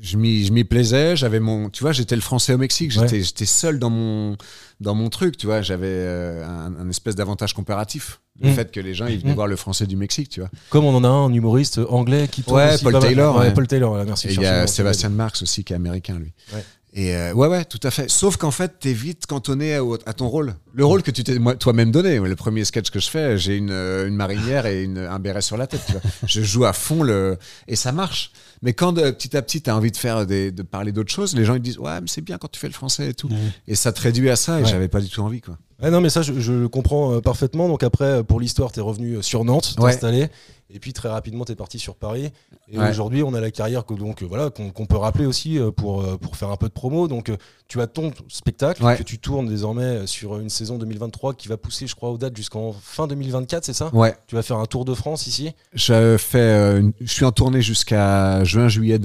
S6: je m'y je m'y plaisais. J'avais mon, tu vois, j'étais le français au Mexique. J'étais, j'étais seul dans mon, dans mon truc, tu vois. J'avais euh, un, un espèce d'avantage comparatif. Le
S4: Mm.
S6: fait que les gens, ils venaient
S4: Mm.
S6: voir le français du Mexique, tu vois.
S4: Comme on en a un, humoriste anglais qui tourne
S6: Ouais,
S4: aussi
S6: Paul
S4: pas mal.
S6: Taylor,
S4: Ouais,
S6: ouais.
S4: Paul Taylor, voilà, merci.
S6: Et il y a Sébastien Marx aussi qui est américain, lui.
S4: Ouais.
S6: Et euh, ouais, ouais, tout à fait. Sauf qu'en fait, t'es vite cantonné à, à ton rôle. Le rôle que tu t'es moi- toi-même donné. Le premier sketch que je fais, j'ai une, euh, une marinière et une, un béret sur la tête. tu vois. je joue à fond le. Et ça marche. Mais quand euh, petit à petit, t'as envie de, faire des, de parler d'autres choses, les gens ils disent Ouais, mais c'est bien quand tu fais le français et tout. Et ça te réduit à ça et
S4: Ouais.
S6: j'avais pas du tout envie, quoi.
S4: Ah non, mais ça, je, je le comprends euh, parfaitement. Donc après, euh, pour l'histoire, t'es revenu euh, sur Nantes, t'es
S6: Ouais.
S4: installé. Et puis très rapidement, t'es parti sur Paris. Et
S6: Ouais.
S4: aujourd'hui, on a la carrière que donc euh, voilà qu'on qu'on peut rappeler aussi euh, pour euh, pour faire un peu de promo. Donc euh, tu as ton spectacle
S6: Ouais.
S4: que tu tournes désormais euh, sur une saison 2023 qui va pousser, je crois, aux dates jusqu'en fin 2024, c'est ça
S6: Ouais.
S4: Tu vas faire un tour de France ici.
S6: Je fais, euh, une- je suis en tournée jusqu'à juin-juillet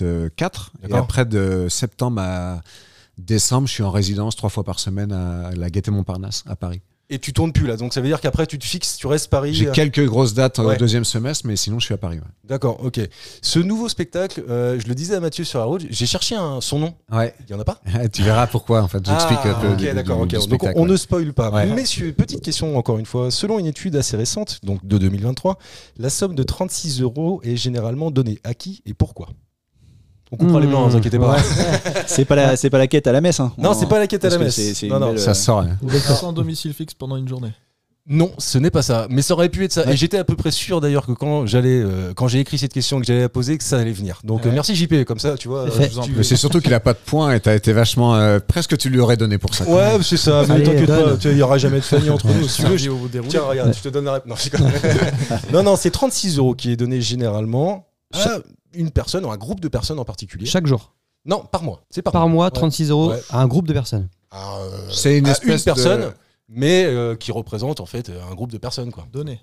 S6: 2024. Et
S4: D'accord.
S6: après, de septembre à décembre, je suis en résidence trois fois par semaine à la Gaîté Montparnasse, à Paris.
S4: et tu tournes plus là. Donc ça veut dire qu'après tu te fixes, tu restes Paris.
S6: J'ai quelques grosses dates au
S4: euh, Ouais.
S6: deuxième semestre, mais sinon je suis à Paris. ouais.
S4: D'accord, ok. Ce nouveau spectacle, euh, je le disais à Mathieu sur la route, j'ai cherché un, son nom.
S6: [LAUGHS] Ouais.
S4: Il y en a pas.
S6: tu verras pourquoi en fait. J'explique
S4: Ah,
S6: un peu.
S4: ok,
S6: du- du-
S4: d'accord, ok.
S6: du
S4: Donc
S6: spectacle,
S4: on
S6: ouais.
S4: ne spoil pas.
S6: Ouais.
S4: Messieurs, petite question encore une fois. Selon une étude assez récente, donc de 2023, la somme de 36 euros est généralement donnée à qui et pourquoi On comprend les blancs,
S7: Hmm.
S4: ne vous inquiétez pas.
S7: C'est pas, la- c'est pas la quête à la messe. hein.
S4: [LAUGHS] Non,
S7: On-
S4: c'est pas la quête à
S7: parce
S4: la
S7: que
S4: messe.
S7: c'est- c'est
S4: Non,
S7: une
S4: non.
S7: belle- euh,
S6: Ça sort. hein.
S8: Vous êtes sans domicile fixe pendant une journée.
S4: Non, ce n'est pas ça. Mais ça aurait pu être ça.
S7: Ouais.
S4: Et j'étais à peu près sûr d'ailleurs que quand j'allais, euh, quand j'ai écrit cette question que j'allais la poser, que ça allait venir. Donc euh,
S8: Ouais.
S4: merci JP, comme ça, tu vois. euh,
S5: fait.
S4: je vous en
S6: Mais c'est surtout qu'il a pas de points et t'as été vachement euh, presque tu lui aurais donné pour ça. quoi.
S4: Ouais, c'est ça. Mais
S5: Allez,
S4: t'inquiète
S5: donne.
S4: pas, tu vois, il n'y aura jamais de famille entre nous. Si tu veux, j'ai-
S8: au bout des
S4: Tiens, regarde, je te donne la réponse. Non, c'est quoi
S5: [LAUGHS]
S4: non, non, c'est 36 euros qui est donné généralement
S5: Ah.
S4: à une personne ou un groupe de personnes en particulier.
S5: Chaque jour.
S4: Non, par mois. C'est par,
S5: Par
S4: mois.
S5: mois,
S4: Ah. Ouais.
S5: 36 euros
S4: Ouais.
S5: à un groupe de personnes.
S4: À, euh,
S6: C'est une
S4: à
S6: espèce de-
S4: personne, mais euh, qui représente en fait euh, un groupe de personnes, quoi.
S8: Donné.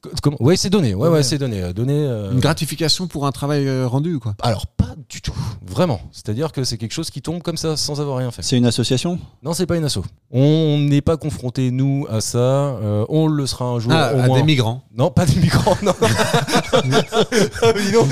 S4: Co- Comment ouais, c'est donné. Ouais, ouais,
S8: Donné.
S4: c'est donné. euh, Donné. euh,
S6: Une gratification pour un travail euh, rendu quoi.
S4: Alors pas du tout, vraiment. C'est-à-dire que c'est quelque chose qui tombe comme ça sans avoir rien fait.
S7: C'est une association
S4: Non, c'est pas une asso. On n'est pas confronté nous à ça. Euh, on le sera un jour.
S6: Ah,
S4: au
S6: à
S4: moins.
S6: des migrants.
S4: Non, pas des migrants,
S6: [LAUGHS]
S4: non. Ah, mais dis donc.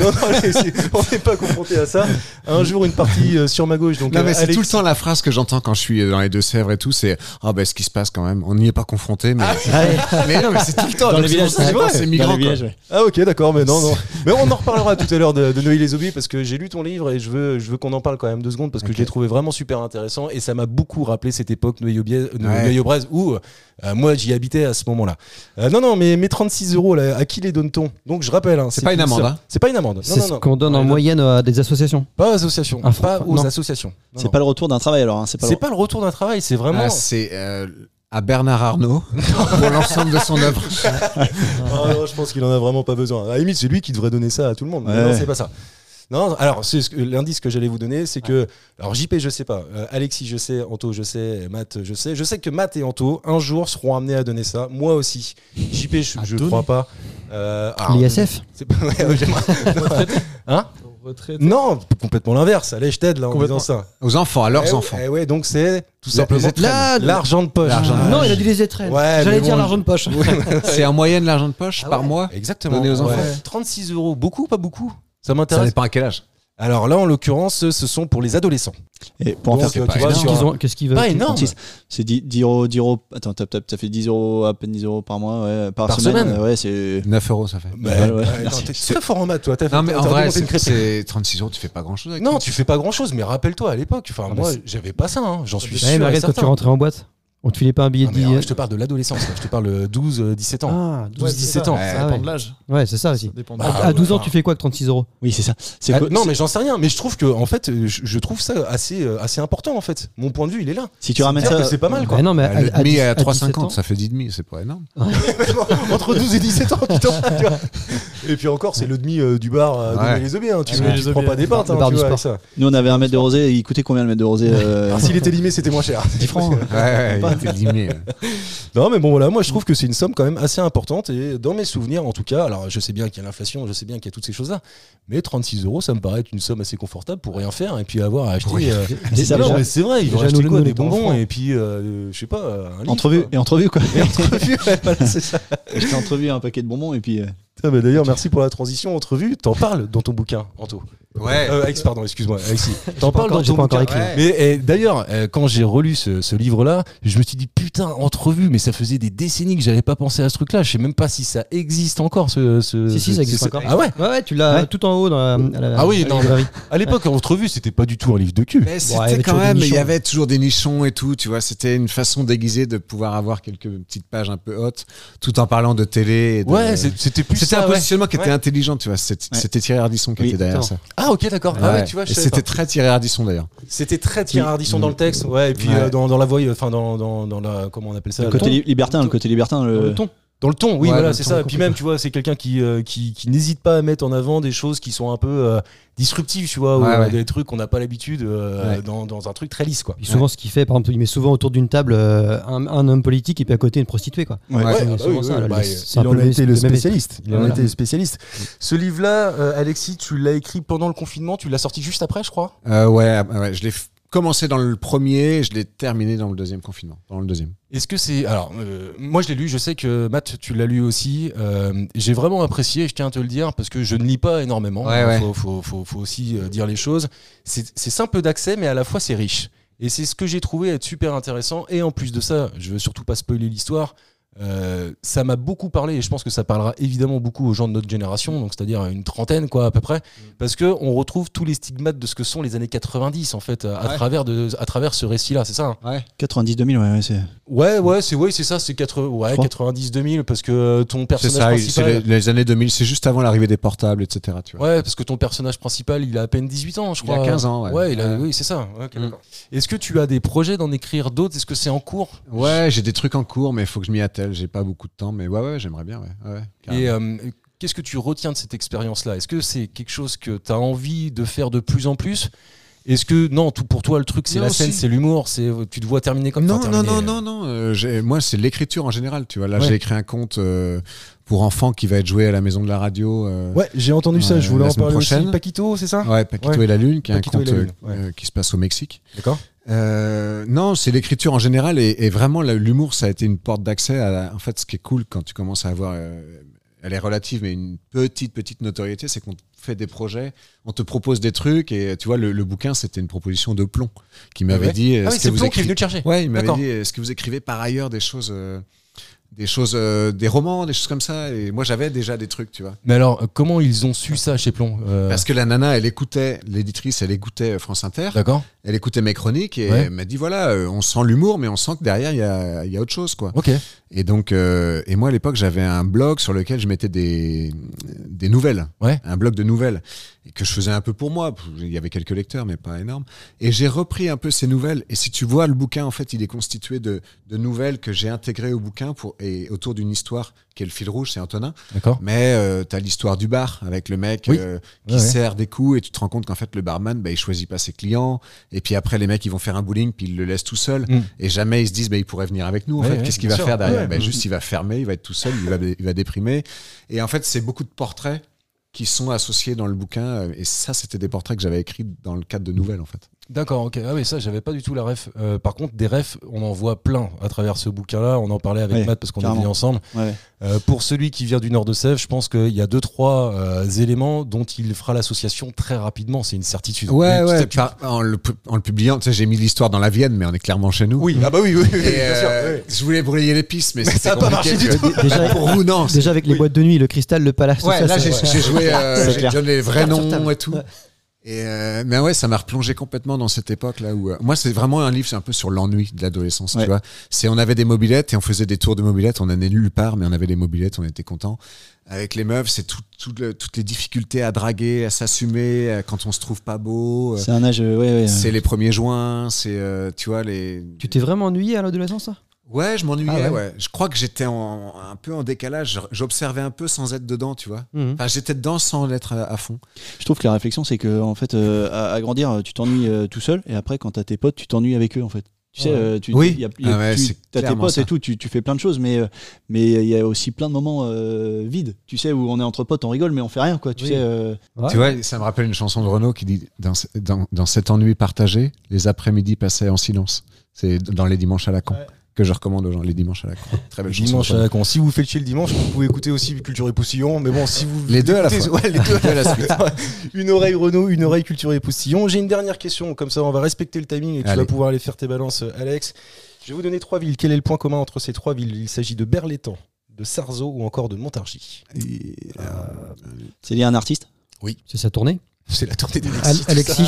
S4: non, non, allez, si, on n'est pas confronté à ça. Un jour, une partie euh, sur ma gauche. Donc,
S6: Non,
S4: euh,
S6: mais c'est
S4: Alex-
S6: tout le temps la phrase que j'entends quand je suis euh, dans les Deux-Sèvres et tout, c'est Ah, ben ce qui se passe quand même, on n'y est pas confronté, mais. [LAUGHS] mais non, mais c'est tout le temps.
S7: Dans
S6: Donc,
S7: les
S6: c'est
S7: villages,
S6: pour ça que
S7: c'est
S6: je pense
S7: vrai.
S6: que c'est
S7: Dans
S6: migrant.
S7: les villages,
S6: quoi.
S7: ouais.
S4: Ah, ok, d'accord, mais
S6: [LAUGHS]
S4: non, non. Mais on en reparlera tout à l'heure de, de Noël les Zombies parce que j'ai lu ton livre et je veux, je veux qu'on en parle quand même deux secondes parce que je l'ai trouvé vraiment super intéressant et ça m'a beaucoup rappelé cette époque Noyobie- euh,
S6: Ouais.
S4: Noyobrais où euh, moi j'y habitais à ce moment-là. Euh, non, non, mais mes 36 euros, là, à qui les donne-t-on Donc je rappelle. hein,
S6: C'est pas une
S4: une
S6: amende,
S4: somme-
S6: hein.
S4: C'est pas une amende. Non,
S5: C'est
S4: non,
S5: ce
S4: non.
S5: qu'on donne
S4: On
S5: en
S4: les donne
S5: moyenne euh, à des associations.
S4: Pas aux associations.
S5: Un
S4: Pas
S5: franc-
S4: aux
S5: non.
S4: associations. Non,
S7: C'est
S4: non.
S7: pas le retour d'un travail alors. hein, C'est pas, le-
S4: C'est pas le retour d'un travail, c'est vraiment.
S6: Ah, c'est euh, à Bernard Arnault [LAUGHS] pour l'ensemble de son œuvre.
S4: Ah non, je pense qu'il en a vraiment pas besoin. À la limite, c'est lui qui devrait donner ça à tout le monde. mais
S7: Ouais.
S4: Non, c'est pas ça. Non, alors c'est ce que- l'indice que j'allais vous donner, c'est que alors JP, je sais pas, euh, Alexis, je sais, Anto, je sais, Matt, je sais, je sais que Matt et Anto un jour seront amenés à donner ça. Moi aussi. JP, je, je crois pas. Euh, alors,
S5: L'ISF
S4: c'est pas- ouais, ouais, j'aimerais- Hein
S8: Retraite.
S4: Non, complètement l'inverse. Allez, je t'aide là en disant
S8: Complètement.
S4: ça.
S6: Aux enfants, à
S4: Eh
S6: leurs
S4: ouais,
S6: enfants.
S4: eh ouais, donc c'est tout
S6: Les-
S4: simplement
S6: les étrennes.
S4: la- l'argent de poche.
S6: L'argent de poche.
S5: Non, il a dit les étrennes.
S4: Ah, Ouais,
S5: J'allais
S4: mais
S5: dire
S4: bon,
S5: l'argent de poche.
S6: C'est en moyenne l'argent de poche par mois
S4: Exactement.
S6: Donner aux enfants.
S4: 36 euros, beaucoup ou pas beaucoup Ça
S6: Ça
S4: m'intéresse.
S6: dépend à quel âge.
S4: Alors là, en l'occurrence, ce sont pour les adolescents.
S7: Et pour en
S4: Donc,
S7: faire
S4: tu vois,
S6: pas énorme.
S4: sur
S5: Qu'est-ce
S4: un-
S5: qu'ils ont- Qu'est-ce qu'ils veulent
S4: Pas énorme.
S7: Francis, C'est 10, 10 euros, 10 euros. Attends, t'as, t'as- t'as fait 10 euros, à peine 10 euros par mois, ouais, par,
S4: Par
S7: semaine.
S4: semaine.
S7: Ouais, c'est.
S6: 9 euros, ça fait.
S4: Bah,
S7: Ouais, ouais.
S4: attends, t'es très fort en maths, toi. T'as
S6: Non,
S4: fait-
S6: mais
S4: t'as
S6: en
S4: remonté
S6: vrai,
S4: une
S6: c'est-
S4: crête.
S6: c'est 36 euros, tu fais pas grand chose avec
S4: Non,
S6: ça.
S4: tu fais pas grand chose, mais rappelle-toi à l'époque. Enfin, moi, j'avais pas ça, hein, j'en suis
S5: Ouais,
S4: sûr.
S5: mais
S4: et
S5: regarde, quand
S4: certain.
S5: tu rentrais en boîte, on te filait pas un billet
S4: Ah,
S5: de
S4: mais
S5: 10
S4: alors, je te parle de l'adolescence, là. je te parle euh, 12, euh, 17 ans.
S5: euh, Ah,
S4: 12, 17 ans.
S6: Ouais.
S8: Ça
S5: Ah
S8: dépend
S5: ouais.
S8: de l'âge.
S5: Ouais, c'est ça
S8: Ça
S5: aussi.
S8: dépend de
S4: Bah,
S8: l'âge.
S5: À 12 ans,
S4: bah.
S5: tu fais quoi avec 36 euros
S7: Oui, c'est ça. C'est
S4: Ah,
S7: quoi-
S4: non,
S7: c'est-
S4: mais j'en sais rien, mais je trouve que, en fait, euh, je, je trouve ça assez, euh, assez important, en fait. Mon point de vue, il est là.
S7: si tu ramènes
S4: C'est-à-dire
S7: ça.
S4: que C'est pas mal, quoi.
S5: Ouais, Bah non, mais
S6: Euh, Le
S5: à,
S6: demi
S5: 10
S6: à
S5: à 17 ans,
S6: 3,50, ça fait 10,5, c'est pas énorme.
S4: [LAUGHS] Entre 12 et 17 ans, putain. tu vois. Et puis encore, c'est le demi euh, du bar euh, de
S6: Ouais.
S4: Noël les Zombies, hein, Tu,
S8: Ah, Noël
S4: tu
S8: les
S4: prends
S8: Zombies,
S4: pas des pintes,
S5: le
S4: hein,
S5: bar
S4: tu
S5: du
S4: vois, avec ça.
S7: Nous, on avait un mètre de rosé. Il coûtait combien le mètre de rosé
S4: Ah,
S7: euh,
S4: Alors, s'il était limé, c'était moins cher.
S7: 10 francs.
S6: Ouais, ouais, il était limé. ouais.
S4: Non, mais bon, voilà, moi je trouve que c'est une somme quand même assez importante et dans mes souvenirs en tout cas, alors je sais bien qu'il y a l'inflation, je sais bien qu'il y a toutes ces choses-là, mais 36 euros ça me paraît être une somme assez confortable pour rien faire et puis avoir à acheter.
S6: Pour rien
S4: euh,
S7: C'est
S4: des-
S7: ça,
S4: non,
S7: déjà.
S4: mais c'est vrai, ils vont
S5: Déjà,
S4: acheter
S5: nous,
S4: quoi
S5: nous,
S4: Des
S5: étant
S4: bonbons
S5: enfants.
S4: et puis, euh, je sais pas, un livre.
S7: Entrevue et entrevue quoi. [LAUGHS]
S4: Et entrevue, ouais, voilà, c'est ça.
S7: J'étais entrevue un paquet de bonbons et puis. euh,
S4: [LAUGHS] Putain, mais D'ailleurs, merci pour la transition. Entrevue, t'en parles dans ton bouquin, Anto.
S6: Ouais.
S4: Euh, Alex, pardon, excuse-moi, Alexis. T'en
S5: pas
S4: parles
S5: encore-
S4: dans
S5: j'ai
S4: ton
S5: pas encore
S4: bouquin.
S5: écrit. hein.
S4: Mais eh, d'ailleurs, euh, quand j'ai relu ce, ce livre-là, je me suis dit putain, entrevue, mais ça faisait des décennies que j'avais pas pensé à ce truc-là. Je sais même pas si ça existe encore. Ce, ce-
S5: Si, si,
S4: ce-
S5: ça existe
S4: ce-
S5: encore.
S4: Ah ouais
S5: Ouais, ouais, tu l'as euh,
S7: Ouais.
S5: tout en haut dans la, à la-
S4: Ah oui,
S5: à la
S4: non,
S5: librairie.
S4: À l'époque, entrevue, c'était pas du tout un livre de cul.
S6: Mais
S5: il y
S6: c'était
S5: avait
S6: quand
S5: toujours des
S6: même, il y
S5: nichons.
S6: avait toujours des nichons et tout, tu vois, c'était une façon déguisée de pouvoir avoir quelques petites pages un peu hautes, tout en parlant de télé. et de-
S4: Ouais, c'est- c'était plus
S6: euh, c'était
S4: ça,
S6: un
S4: ouais.
S6: positionnement qui était
S4: Ouais.
S6: intelligent, tu vois, c'était
S7: Ouais.
S6: c'était Thierry Ardisson qui
S7: Oui,
S6: était derrière ça.
S5: exactement.
S4: Ah ok, d'accord. Ah ouais,
S6: Ouais.
S4: tu vois, je
S6: Et
S4: savais
S6: c'était
S4: pas.
S6: très Thierry Ardisson d'ailleurs.
S4: c'était très Thierry Ardisson dans le texte, ouais, et puis
S6: Ouais.
S4: euh, dans, dans la voix, enfin dans, dans, dans la comment on appelle ça,
S7: Le
S4: la-
S7: côté li- libertin, le côté libertin. Le...
S5: ton.
S4: Dans le ton, oui,
S6: Ouais, dans
S4: voilà,
S6: le
S4: c'est
S5: ton,
S4: ça. Puis
S5: complètement.
S4: même, tu vois, c'est quelqu'un qui, euh, qui, qui n'hésite pas à mettre en avant des choses qui sont un peu euh, disruptives, tu vois, ou,
S6: Ouais,
S4: euh,
S6: ouais.
S4: des trucs qu'on n'a pas l'habitude euh,
S6: Ouais.
S4: dans, dans un truc très lisse, quoi.
S5: Puis souvent, ce qu'il fait, par exemple, il met souvent autour d'une table euh, un, un homme politique et puis à côté une prostituée, quoi.
S7: Ouais,
S5: C'est
S4: ah bah
S5: souvent
S4: oui,
S5: ça,
S4: oui,
S5: le-
S4: bah,
S5: c'est un
S4: il
S5: peu
S4: en a été le
S5: le même-
S4: spécialiste. Il en a
S5: Voilà.
S4: été le spécialiste. Ce livre-là, euh, Alexis, tu l'as écrit pendant le confinement, tu l'as sorti juste après, je crois.
S6: Euh, ouais, ouais, je l'ai f- commencé dans le premier, je l'ai terminé dans le deuxième confinement. Dans le deuxième.
S4: Est-ce que c'est. Alors, euh, moi je l'ai lu, je sais que Matt, tu l'as lu aussi. Euh, J'ai vraiment apprécié, je tiens à te le dire, parce que je ne lis pas énormément.
S6: Ouais, ouais.
S4: Faut, faut- faut- faut aussi euh, dire les choses. C'est c'est simple d'accès, mais à la fois c'est riche. Et c'est ce que j'ai trouvé être super intéressant. Et en plus de ça, je veux surtout pas spoiler l'histoire. euh, ça m'a beaucoup parlé et je pense que ça parlera évidemment beaucoup aux gens de notre génération, donc c'est-à-dire une trentaine quoi à peu près,
S6: Mm.
S4: parce que on retrouve tous les stigmates de ce que sont les années 90 en fait à, à
S6: Ouais.
S4: travers de, à travers ce récit-là, c'est ça hein
S7: 90 2000, ouais, ouais, c'est.
S4: Ouais, ouais, c'est ouais, c'est ça, c'est 80 ouais,
S7: Trois.
S4: 90 2000 parce que euh, ton
S6: C'est
S4: personnage
S6: ça, il- c'est
S4: principal
S6: les, les années 2000, c'est juste avant l'arrivée des portables, etc. Tu vois.
S4: Ouais, parce que ton personnage principal, il a à peine 18 ans, je
S6: Il a
S4: crois.
S6: 15 ans, ouais.
S4: il a,
S6: Ouais.
S4: oui, c'est ça. Ouais, ok,
S6: Mm.
S4: d'accord. Est-ce que tu as des projets d'en écrire d'autres Est-ce que c'est en cours
S6: Ouais, j'ai des trucs en cours, mais il faut que je m'y attelle. J'ai pas beaucoup de temps, mais ouais, ouais, j'aimerais bien. Ouais, ouais, carrément.
S4: Et euh, qu'est-ce que tu retiens de cette expérience-là Est-ce que c'est quelque chose que tu as envie de faire de plus en plus Est-ce que non, tout pour toi, le truc, c'est
S6: Non,
S4: la scène,
S6: si.
S4: c'est l'humour, c'est tu te vois terminer comme
S6: non,
S4: enfin,
S6: non,
S4: terminer,
S6: non,
S4: euh,
S6: non, non, euh, j'ai- moi, c'est l'écriture en général. Tu vois, là,
S4: Ouais.
S6: j'ai écrit un conte euh, pour enfants qui va être joué à la maison de la radio. euh,
S4: Ouais, j'ai entendu ça.
S6: Ouais,
S4: Je voulais
S6: la
S4: en
S6: semaine
S4: parler aussi.
S6: prochaine.
S4: Paquito, c'est ça
S6: ouais, Paquito
S4: Ouais.
S6: et la Lune, qui est
S4: Paquito
S6: un
S4: et
S6: conte
S4: la Lune,
S6: euh, euh, qui se passe au Mexique.
S4: D'accord.
S6: Euh, non, c'est l'écriture en général et, et vraiment la- l'humour, ça a été une porte d'accès. à la- En fait, ce qui est cool quand tu commences à avoir, euh, elle est relative, mais une petite petite notoriété, c'est qu'on te fait des projets, on te propose des trucs et euh, tu vois le, le bouquin, c'était une proposition de Plomb qui m'avait
S4: Ouais.
S6: dit. euh,
S4: Ah oui,
S6: est-ce que
S4: c'est
S6: vous
S4: Plon qui est
S6: écri-
S4: venu te chercher.
S6: Ouais, il m'avait
S4: D'accord.
S6: dit est-ce que vous écrivez par ailleurs des choses, euh, des choses, euh, des romans, des choses comme ça Et moi, j'avais déjà des trucs, tu vois.
S4: Mais alors, euh, comment ils ont su ça chez Plon Euh,
S6: Parce que la nana, elle écoutait l'éditrice, elle écoutait euh, France Inter.
S4: D'accord.
S6: Elle écoutait mes chroniques et
S4: Ouais.
S6: elle m'a dit voilà, euh, on sent l'humour, mais on sent que derrière, il y a, il y a autre chose, quoi.
S4: Ok.
S6: Et donc, euh, et moi, à l'époque, j'avais un blog sur lequel je mettais des, des nouvelles.
S4: Ouais.
S6: Un blog de nouvelles. Et que je faisais un peu pour moi. Il y avait quelques lecteurs, mais pas énorme. Et j'ai repris un peu ces nouvelles. Et si tu vois, le bouquin, en fait, il est constitué de, de nouvelles que j'ai intégrées au bouquin pour, et autour d'une histoire qui est le fil rouge, c'est Antonin.
S4: D'accord.
S6: Mais euh, t'as l'histoire du bar avec le mec
S4: Oui.
S6: euh, qui
S4: Ouais, ouais.
S6: sert des coups et tu te rends compte qu'en fait le barman bah, il choisit pas ses clients et puis après les mecs ils vont faire un bowling puis ils le laissent tout seul
S4: Mm.
S6: et jamais ils se disent bah, il pourrait venir avec nous en
S4: Ouais,
S6: fait
S4: ouais,
S6: qu'est-ce qu'il va
S4: bien sûr.
S6: faire derrière
S4: Ouais.
S6: Bah, juste il va fermer il va être tout seul il va, il va déprimer et en fait c'est beaucoup de portraits qui sont associés dans le bouquin euh, et ça c'était des portraits que j'avais écrits dans le cadre de nouvelles en fait
S4: D'accord, ok. Ah oui, ça, j'avais pas du tout la ref. Euh, par contre, des refs, on en voit plein à travers ce bouquin-là. On en parlait avec
S7: Ouais,
S4: Matt parce qu'on est
S7: carrément.
S4: venu ensemble.
S7: Ouais.
S4: Euh, pour celui qui vient du nord de Sèvres, je pense qu'il y a deux, trois euh, éléments dont il fera l'association très rapidement. C'est une certitude. Mais tu sais, tu-
S6: par- en, le, pu- en le publiant tu sais j'ai mis l'histoire dans la Vienne mais on est clairement chez nous
S4: Oui, ah bah oui, oui, oui,
S6: Et,
S4: bien sûr,
S6: euh,
S4: oui.
S6: je voulais brouiller les pistes mais, c'était
S4: ça a pas
S6: compliqué,
S4: marché
S6: tu
S4: du
S6: vois.
S4: tout.
S5: Déjà,
S6: pour vous non
S5: déjà avec les boîtes de nuit, le cristal, le palace, tout
S6: Ouais,
S5: ça,
S6: là,
S5: c'est-
S6: j'ai j'ai joué, euh,
S7: C'est
S6: j'ai
S7: clair.
S6: donné les vrais
S7: Carte sur
S6: noms
S7: table.
S6: et tout. Et euh, mais ouais, ça m'a replongé complètement dans cette époque-là où. euh, moi, c'est vraiment un livre, c'est un peu sur l'ennui de l'adolescence,
S7: Ouais.
S6: tu vois. C'est on avait des mobilettes et on faisait des tours de mobilettes, on allait nulle part, mais on avait des mobilettes, on était contents. Avec les meufs, c'est tout, tout le- toutes les difficultés à draguer, à s'assumer, euh, quand on se trouve pas beau. euh,
S7: C'est un âge, euh, ouais, ouais.
S6: C'est les premiers juin, c'est, euh, tu vois, les.
S5: Tu t'es vraiment ennuyé à l'adolescence, ça
S6: Ouais, je m'ennuyais,
S5: Ah ouais.
S6: ouais. Je crois que j'étais en- un peu en décalage, j'observais un peu sans être dedans, tu vois.
S4: Mmh.
S5: Mhm.
S6: Enfin, j'étais dedans sans l'être à- à fond.
S7: Je trouve que la réflexion, c'est que en fait, euh, à, à grandir, tu t'ennuies euh, tout seul, et après, quand t'as tes potes, tu t'ennuies avec eux, en fait. Tu sais,
S5: Ouais.
S7: euh, tu
S6: Oui.
S7: y a- y a-
S6: Ah ouais,
S7: tu-
S6: c'est
S7: t'as tes
S6: clairement
S7: potes
S6: ça.
S7: et tout, tu, tu fais plein de choses, mais euh, mais il y a aussi plein de moments euh, vides, tu sais, où on est entre potes, on rigole, mais on fait rien, quoi. Tu
S5: Oui.
S7: sais, euh,
S6: Tu vois, ça me rappelle une chanson de Renaud qui dit Dans, ce- dans- dans cet ennui partagé, les après-midi passaient en silence. C'est dans Les Dimanches à la con
S8: Ouais.
S6: que je recommande aux gens. Les Dimanches à la con. Très belle chanson.
S4: Dimanche à la con. Si vous faites chier le dimanche, vous pouvez écouter aussi Culture et Poussillon. Mais bon, si vous
S6: Les deux à la
S4: écoutez-
S6: fois.
S4: Ouais, les deux à la suite. une oreille Renault, une oreille Culture et Poussillon. J'ai une dernière question. Comme ça, on va respecter le timing et tu
S6: Allez.
S4: vas pouvoir aller faire tes balances, euh, Alex. Je vais vous donner trois villes. Quel est le point commun entre ces trois villes Il s'agit de Berlétan, de Sarzeau ou encore de Montargis.
S7: c'est lié à un artiste.
S5: C'est sa tournée
S4: [LAUGHS] C'est la tournée des
S5: Al- Alexis.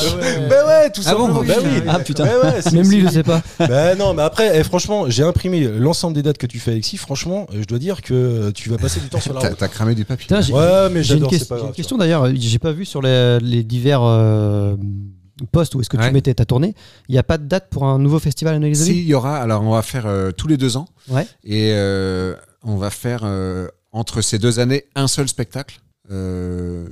S4: Bah ouais, tout
S6: Ah bon,
S4: simplement.
S6: oui.
S4: bah oui.
S7: Ah putain.
S4: Ouais, ouais, c'est-
S5: Même lui, je sais pas.
S4: Bah non, mais après, eh, franchement, j'ai imprimé l'ensemble des dates que tu fais, Alexis. Franchement, euh, je dois dire que euh, tu vas passer du temps sur la
S6: T'as,
S4: route.
S6: t'as cramé du papier.
S5: Putain, j'ai-
S4: Ouais, mais
S5: J'ai une,
S4: j'adore,
S5: ques-
S4: c'est pas grave.
S5: j'ai une
S4: tu vois.
S5: question d'ailleurs, euh, j'ai pas vu sur les, les divers euh, postes où est-ce que
S6: Ouais.
S5: tu mettais ta tournée. Il n'y a pas de date pour un nouveau festival à Noël-les-Amis
S6: Si, il y aura. Alors, on va faire euh, tous les deux ans.
S5: Ouais.
S6: Et euh, on va faire euh, entre ces deux années un seul spectacle. euh,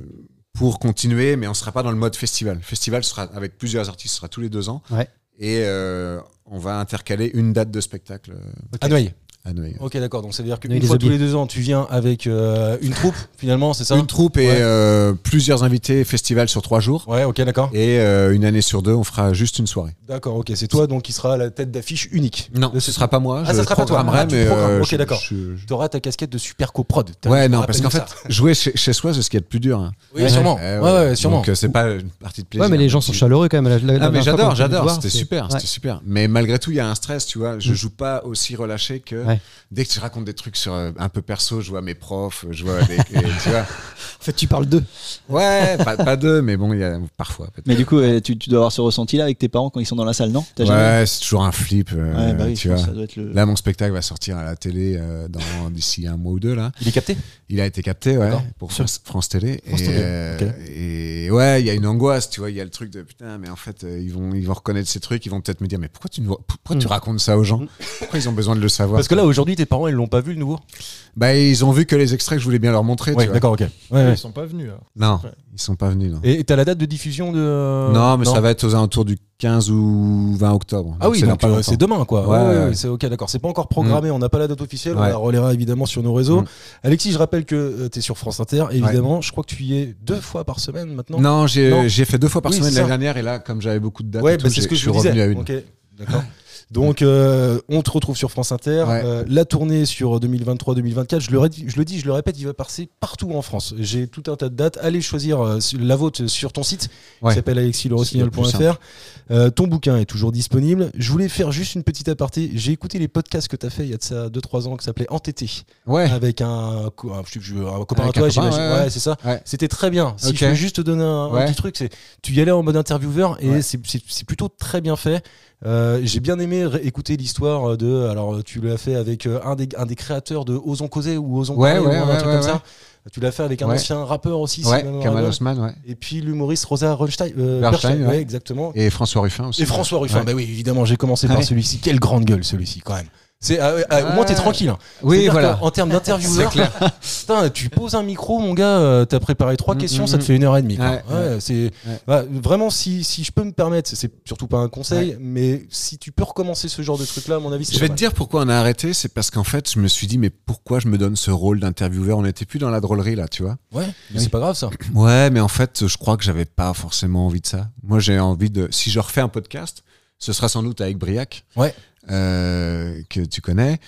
S6: pour continuer, mais on sera pas dans le mode festival. Festival sera avec plusieurs artistes, ce sera tous les deux ans.
S5: Ouais.
S6: Et euh, on va intercaler une date de spectacle. euh,
S4: À Noailles.
S6: à New Haven.
S4: Ok, d'accord. Donc, ça veut dire
S5: Non, il
S4: qu'une
S5: les
S4: fois tous
S5: oublie.
S4: les deux ans, tu viens avec euh, une troupe, finalement, c'est ça
S6: Une troupe et
S4: Ouais.
S6: euh, plusieurs invités, festival sur trois jours.
S4: Ouais, ok, d'accord.
S6: Et euh, une année sur deux, on fera juste une soirée.
S4: D'accord, ok. C'est toi, donc, qui sera à la tête d'affiche unique.
S6: Non,
S4: De
S6: ce
S4: cette-
S6: sera pas moi.
S4: Ah,
S6: je
S4: ça sera pas toi.
S6: programmerai,
S4: Ah, tu
S6: mais, euh,
S4: programmes. Ok,
S6: je-
S4: d'accord.
S6: je- je-
S4: Tu auras ta casquette de super coprod. T'as-
S6: Ouais,
S4: tu
S6: non,
S4: te
S6: parce qu'en fait,
S4: rappelles ça.
S6: jouer chez, chez soi, c'est ce qu'il y a de plus dur. hein.
S4: Oui, sûrement.
S6: Eh
S4: Ouais, ouais, sûrement.
S6: Donc, euh, c'est pas une partie de plaisir.
S5: Ouais, mais les gens sont chaleureux quand même. La- la- la
S6: Ah, mais
S5: dernière fois
S6: j'adore,
S5: qu'on est venu te
S6: j'adore.
S5: voir,
S6: C'était
S5: c'est-
S6: super,
S5: ouais. Mm.
S6: c'était super. Mais malgré tout, il y a un stress, tu vois. Je joue pas aussi relâché que
S5: Ouais.
S6: dès que tu racontes des trucs sur euh, un peu perso, je vois mes profs, je vois des. et tu
S5: [LAUGHS]
S6: vois.
S5: En fait, tu parles d'eux.
S6: Ouais, pas, pas deux, mais bon, il y a parfois. peut-être.
S7: Mais du coup, euh, tu, tu dois avoir ce ressenti-là avec tes parents quand ils sont dans la salle, non T'as jamais-
S6: Ouais, c'est toujours un flip. euh,
S7: Ouais, bah oui,
S6: tu
S7: je pense
S6: vois.
S7: que ça doit être le.
S6: Là, mon spectacle va sortir à la télé euh, dans- d'ici un mois ou deux. Là,
S4: Il est capté
S6: il a été capté ouais,
S4: D'accord.
S6: pour France, France Télé.
S4: France
S6: et,
S4: Télé,
S6: euh,
S4: ok.
S6: et ouais, il y a une angoisse, tu vois. Il y a le truc de putain, mais en fait, euh, ils vont, ils vont reconnaître ces trucs. Ils vont peut-être me dire, mais pourquoi tu, ne vois- pourquoi tu racontes ça aux gens Pourquoi ils ont besoin de le savoir
S4: Hmm. Parce que là, aujourd'hui, tes parents, ils l'ont pas vu, le nouveau
S6: bah, ils ont vu que les extraits que je voulais bien leur montrer.
S4: Ouais,
S6: tu vois.
S4: d'accord, ok. Ouais, ouais.
S8: Ils sont pas venus. hein. alors.
S6: Non,
S8: Ouais.
S6: ils sont pas venus. Non,
S4: Et et t'as la date de euh, diffusion de.
S6: non mais ça va être aux alentours du 15 ou 20 octobre.
S4: Ah oui,
S6: c'est dans
S4: donc
S6: pas
S4: euh,
S6: longtemps.
S4: c'est demain quoi.
S6: Ouais,
S4: Ouais,
S6: ouais,
S4: ouais,
S6: ouais. Mm.
S4: c'est ok, d'accord. C'est pas encore programmé, on n'a pas la date officielle, on
S6: Ouais.
S4: la relaiera évidemment sur nos réseaux.
S6: Mm.
S4: Alexis, je rappelle que tu es sur France Inter, et évidemment, je crois que tu y es deux fois par semaine maintenant.
S6: Non,
S4: Non.
S6: j'ai j'ai fait deux fois par
S4: Oui,
S6: semaine
S4: c'est
S6: l'année
S4: ça.
S6: dernière et là, comme j'avais beaucoup de dates,
S4: ouais,
S6: et
S4: bah,
S6: tout,
S4: c'est
S6: j'ai-
S4: ce que je
S6: suis
S4: vous
S6: revenu
S4: disais.
S6: à une.
S4: Ok, d'accord. [LAUGHS] Donc, euh, on te retrouve sur France Inter.
S6: Ouais.
S4: Euh, la tournée sur 2023-2024, je le, ré- je le dis, je le répète, il va passer partout en France. J'ai tout un tas de dates. Allez choisir euh, sur- la vôtre sur ton site
S6: Ouais.
S4: qui s'appelle
S6: C'est le
S4: alexilorosignal.fr. Euh, ton bouquin est toujours disponible. Je voulais faire juste une petite aparté. J'ai écouté les podcasts que tu as fait il y a de ça 2-3 ans qui s'appelait Entêté
S6: Ouais,
S4: [LAUGHS] avec un, co- un- je- je- un copain
S6: Avec
S4: à toi,
S6: un copain,
S4: j'imagine.
S6: ouais,
S4: Ouais,
S6: ouais.
S4: c'est ça.
S6: Ouais.
S4: C'était très bien. Si
S6: Ok.
S4: je peux juste te donner un, un
S6: Ouais.
S4: petit truc, c'est tu y allais en mode intervieweur et
S6: Ouais.
S4: c'est- c'est c'est plutôt très bien fait. Euh, J'ai bien aimé ré- écouter l'histoire de. Alors, tu l'as fait avec euh, un des, un des créateurs de Osons Causer ou Osons
S6: Ouais,
S4: Parler
S6: ouais,
S4: ou un
S6: ouais,
S4: truc
S6: ouais,
S4: comme
S6: ouais.
S4: ça. Tu l'as fait avec un
S6: Ouais.
S4: ancien rappeur aussi, si
S6: ouais,
S4: ma mémoire est
S6: Kamal
S4: bonne.
S6: Haussmann, ouais.
S4: Et puis l'humoriste Rosa Runstein, euh,
S6: Bernstein,
S4: Bernstein,
S6: ouais.
S4: ouais, exactement.
S6: Et François Ruffin aussi.
S4: Et François Ruffin,
S6: Ouais.
S4: bah oui, évidemment, j'ai commencé par
S6: Ouais.
S4: celui-ci. Quelle grande gueule celui-ci, quand même. C'est ah, ouais, ah, Au moins, t'es
S6: Ouais.
S4: tranquille. hein.
S6: Oui,
S4: C'est-à-dire
S6: voilà.
S4: qu'en- En
S6: [LAUGHS]
S4: termes d'intervieweur, putain, tu poses un micro, mon gars, euh, t'as préparé trois
S6: Mm,
S4: questions,
S6: mm,
S4: ça te
S6: mm.
S4: fait une heure et demie. quoi.
S6: Ouais,
S4: Ouais, c'est
S6: Ouais.
S4: bah, vraiment si, si je peux me permettre, c'est- c'est surtout pas un conseil, mais si tu peux recommencer ce genre de truc-là, à mon avis, c'est
S6: Je vais
S4: pas
S6: te dire pourquoi on a arrêté, c'est parce qu'en fait, je me suis dit, mais pourquoi je me donne ce rôle d'intervieweur On n'était plus dans la drôlerie, là, tu vois.
S4: mal. Ouais, mais c'est pas grave ça.
S6: [CLEARS THROAT] Ouais, mais en fait, je crois que j'avais pas forcément envie de ça. Moi, j'ai envie de. Si je refais un podcast, ce sera sans doute avec Briac,
S4: Ouais.
S6: euh, que tu connais,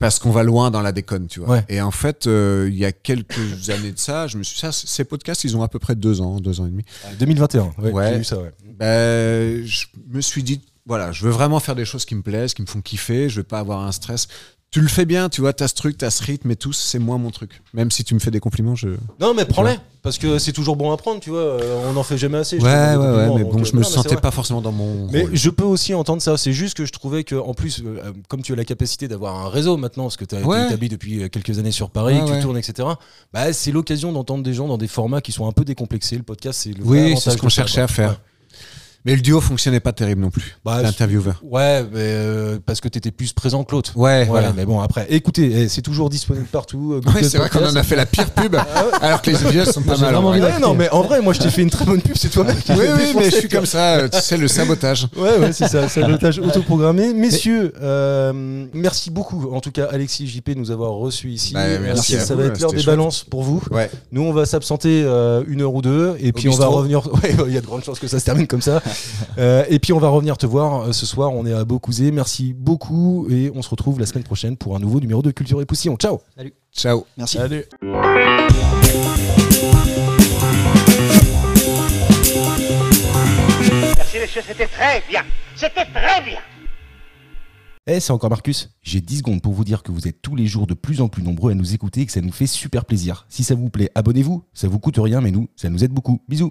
S6: parce qu'on va loin dans la déconne, tu vois.
S4: Ouais.
S6: Et en fait, euh, il y a quelques années de ça, je me suis ça. c- Ces podcasts, ils ont à peu près deux ans, deux ans et demi.
S4: 2021, ouais,
S6: Ouais.
S4: j'ai vu ça, ouais.
S6: Ben, je me suis dit, voilà, je veux vraiment faire des choses qui me plaisent, qui me font kiffer. Je veux pas avoir un stress. Tu le fais bien, tu vois, t'as ce truc, t'as ce rythme et tout, c'est moi mon truc. Même si tu me fais des compliments, je.
S4: Non, mais prends-les, parce que c'est toujours bon à prendre, tu vois, euh, on n'en fait jamais assez.
S6: Ouais,
S4: je
S6: ouais,
S4: trouve, des
S6: ouais,
S4: compliments,
S6: mais
S4: donc,
S6: bon,
S4: euh,
S6: je me
S4: non, mais c'est
S6: sentais
S4: vrai.
S6: pas forcément dans mon.
S4: Mais
S6: rôle.
S4: je peux aussi entendre ça. C'est juste que je trouvais que, en plus, euh, comme tu as la capacité d'avoir un réseau maintenant, parce que tu as
S6: Ouais.
S4: été établi depuis euh, quelques années sur Paris,
S6: Ouais,
S4: que tu
S6: ouais.
S4: tournes, etc., bah, c'est l'occasion d'entendre des gens dans des formats qui sont un peu décomplexés. Le podcast, c'est le vrai
S6: Oui, c'est
S4: avantage
S6: ce
S4: de
S6: qu'on
S4: ça,
S6: cherchait
S4: quoi.
S6: à faire. Mais le duo fonctionnait pas terrible non plus.
S4: Bah,
S6: L'intervieweur.
S4: Ouais, mais, euh, parce que tu étais plus présent que l'autre.
S6: Ouais,
S4: Ouais,
S6: voilà.
S4: mais bon, après, écoutez, eh, c'est toujours disponible partout. euh,
S6: Ouais,
S4: Google
S6: c'est vrai qu'on en a
S4: Podcast.
S6: fait la pire [LAUGHS] pub, alors que les épisodes sont pas
S5: J'ai
S6: mal. en
S5: vraiment
S6: vrai.
S5: envie
S4: Ouais, non, mais en vrai, moi, je t'ai fait une très bonne pub, c'est toi-même qui
S6: Oui,
S4: l'as
S6: oui, mais
S4: défoncé,
S6: je suis
S4: tu vois.
S6: comme ça, euh, tu sais, le sabotage.
S4: Ouais, ouais, c'est ça, sabotage autoprogrammé. Messieurs, euh, merci beaucoup, en tout cas, Alexis JP, de nous avoir reçus ici.
S6: Bah, merci
S4: Ça,
S6: à
S4: ça
S6: vous,
S4: va être l'heure
S6: c'était
S4: des
S6: chouette.
S4: balances pour vous.
S6: Ouais.
S4: Nous, on va s'absenter euh, une heure ou deux, et puis on va
S6: bistrot.
S4: revenir. [LAUGHS] Ouais, il y a de grandes chances que ça se termine comme
S6: [LAUGHS]
S4: ça. Euh, et puis on va revenir te voir euh, ce soir. On est à Beaucouzé. Merci beaucoup, et on se retrouve la semaine prochaine pour un nouveau numéro de Culture et Poussillon. Ciao.
S6: Ciao.
S7: Merci.
S2: Merci messieurs, c'était très bien. C'était très bien.
S9: Eh, c'est encore Marcus. J'ai 10 secondes pour vous dire que vous êtes tous les jours de plus en plus nombreux à nous écouter et que ça nous fait super plaisir. Si ça vous plaît, abonnez-vous. Ça vous coûte rien, mais nous, ça nous aide beaucoup. Bisous.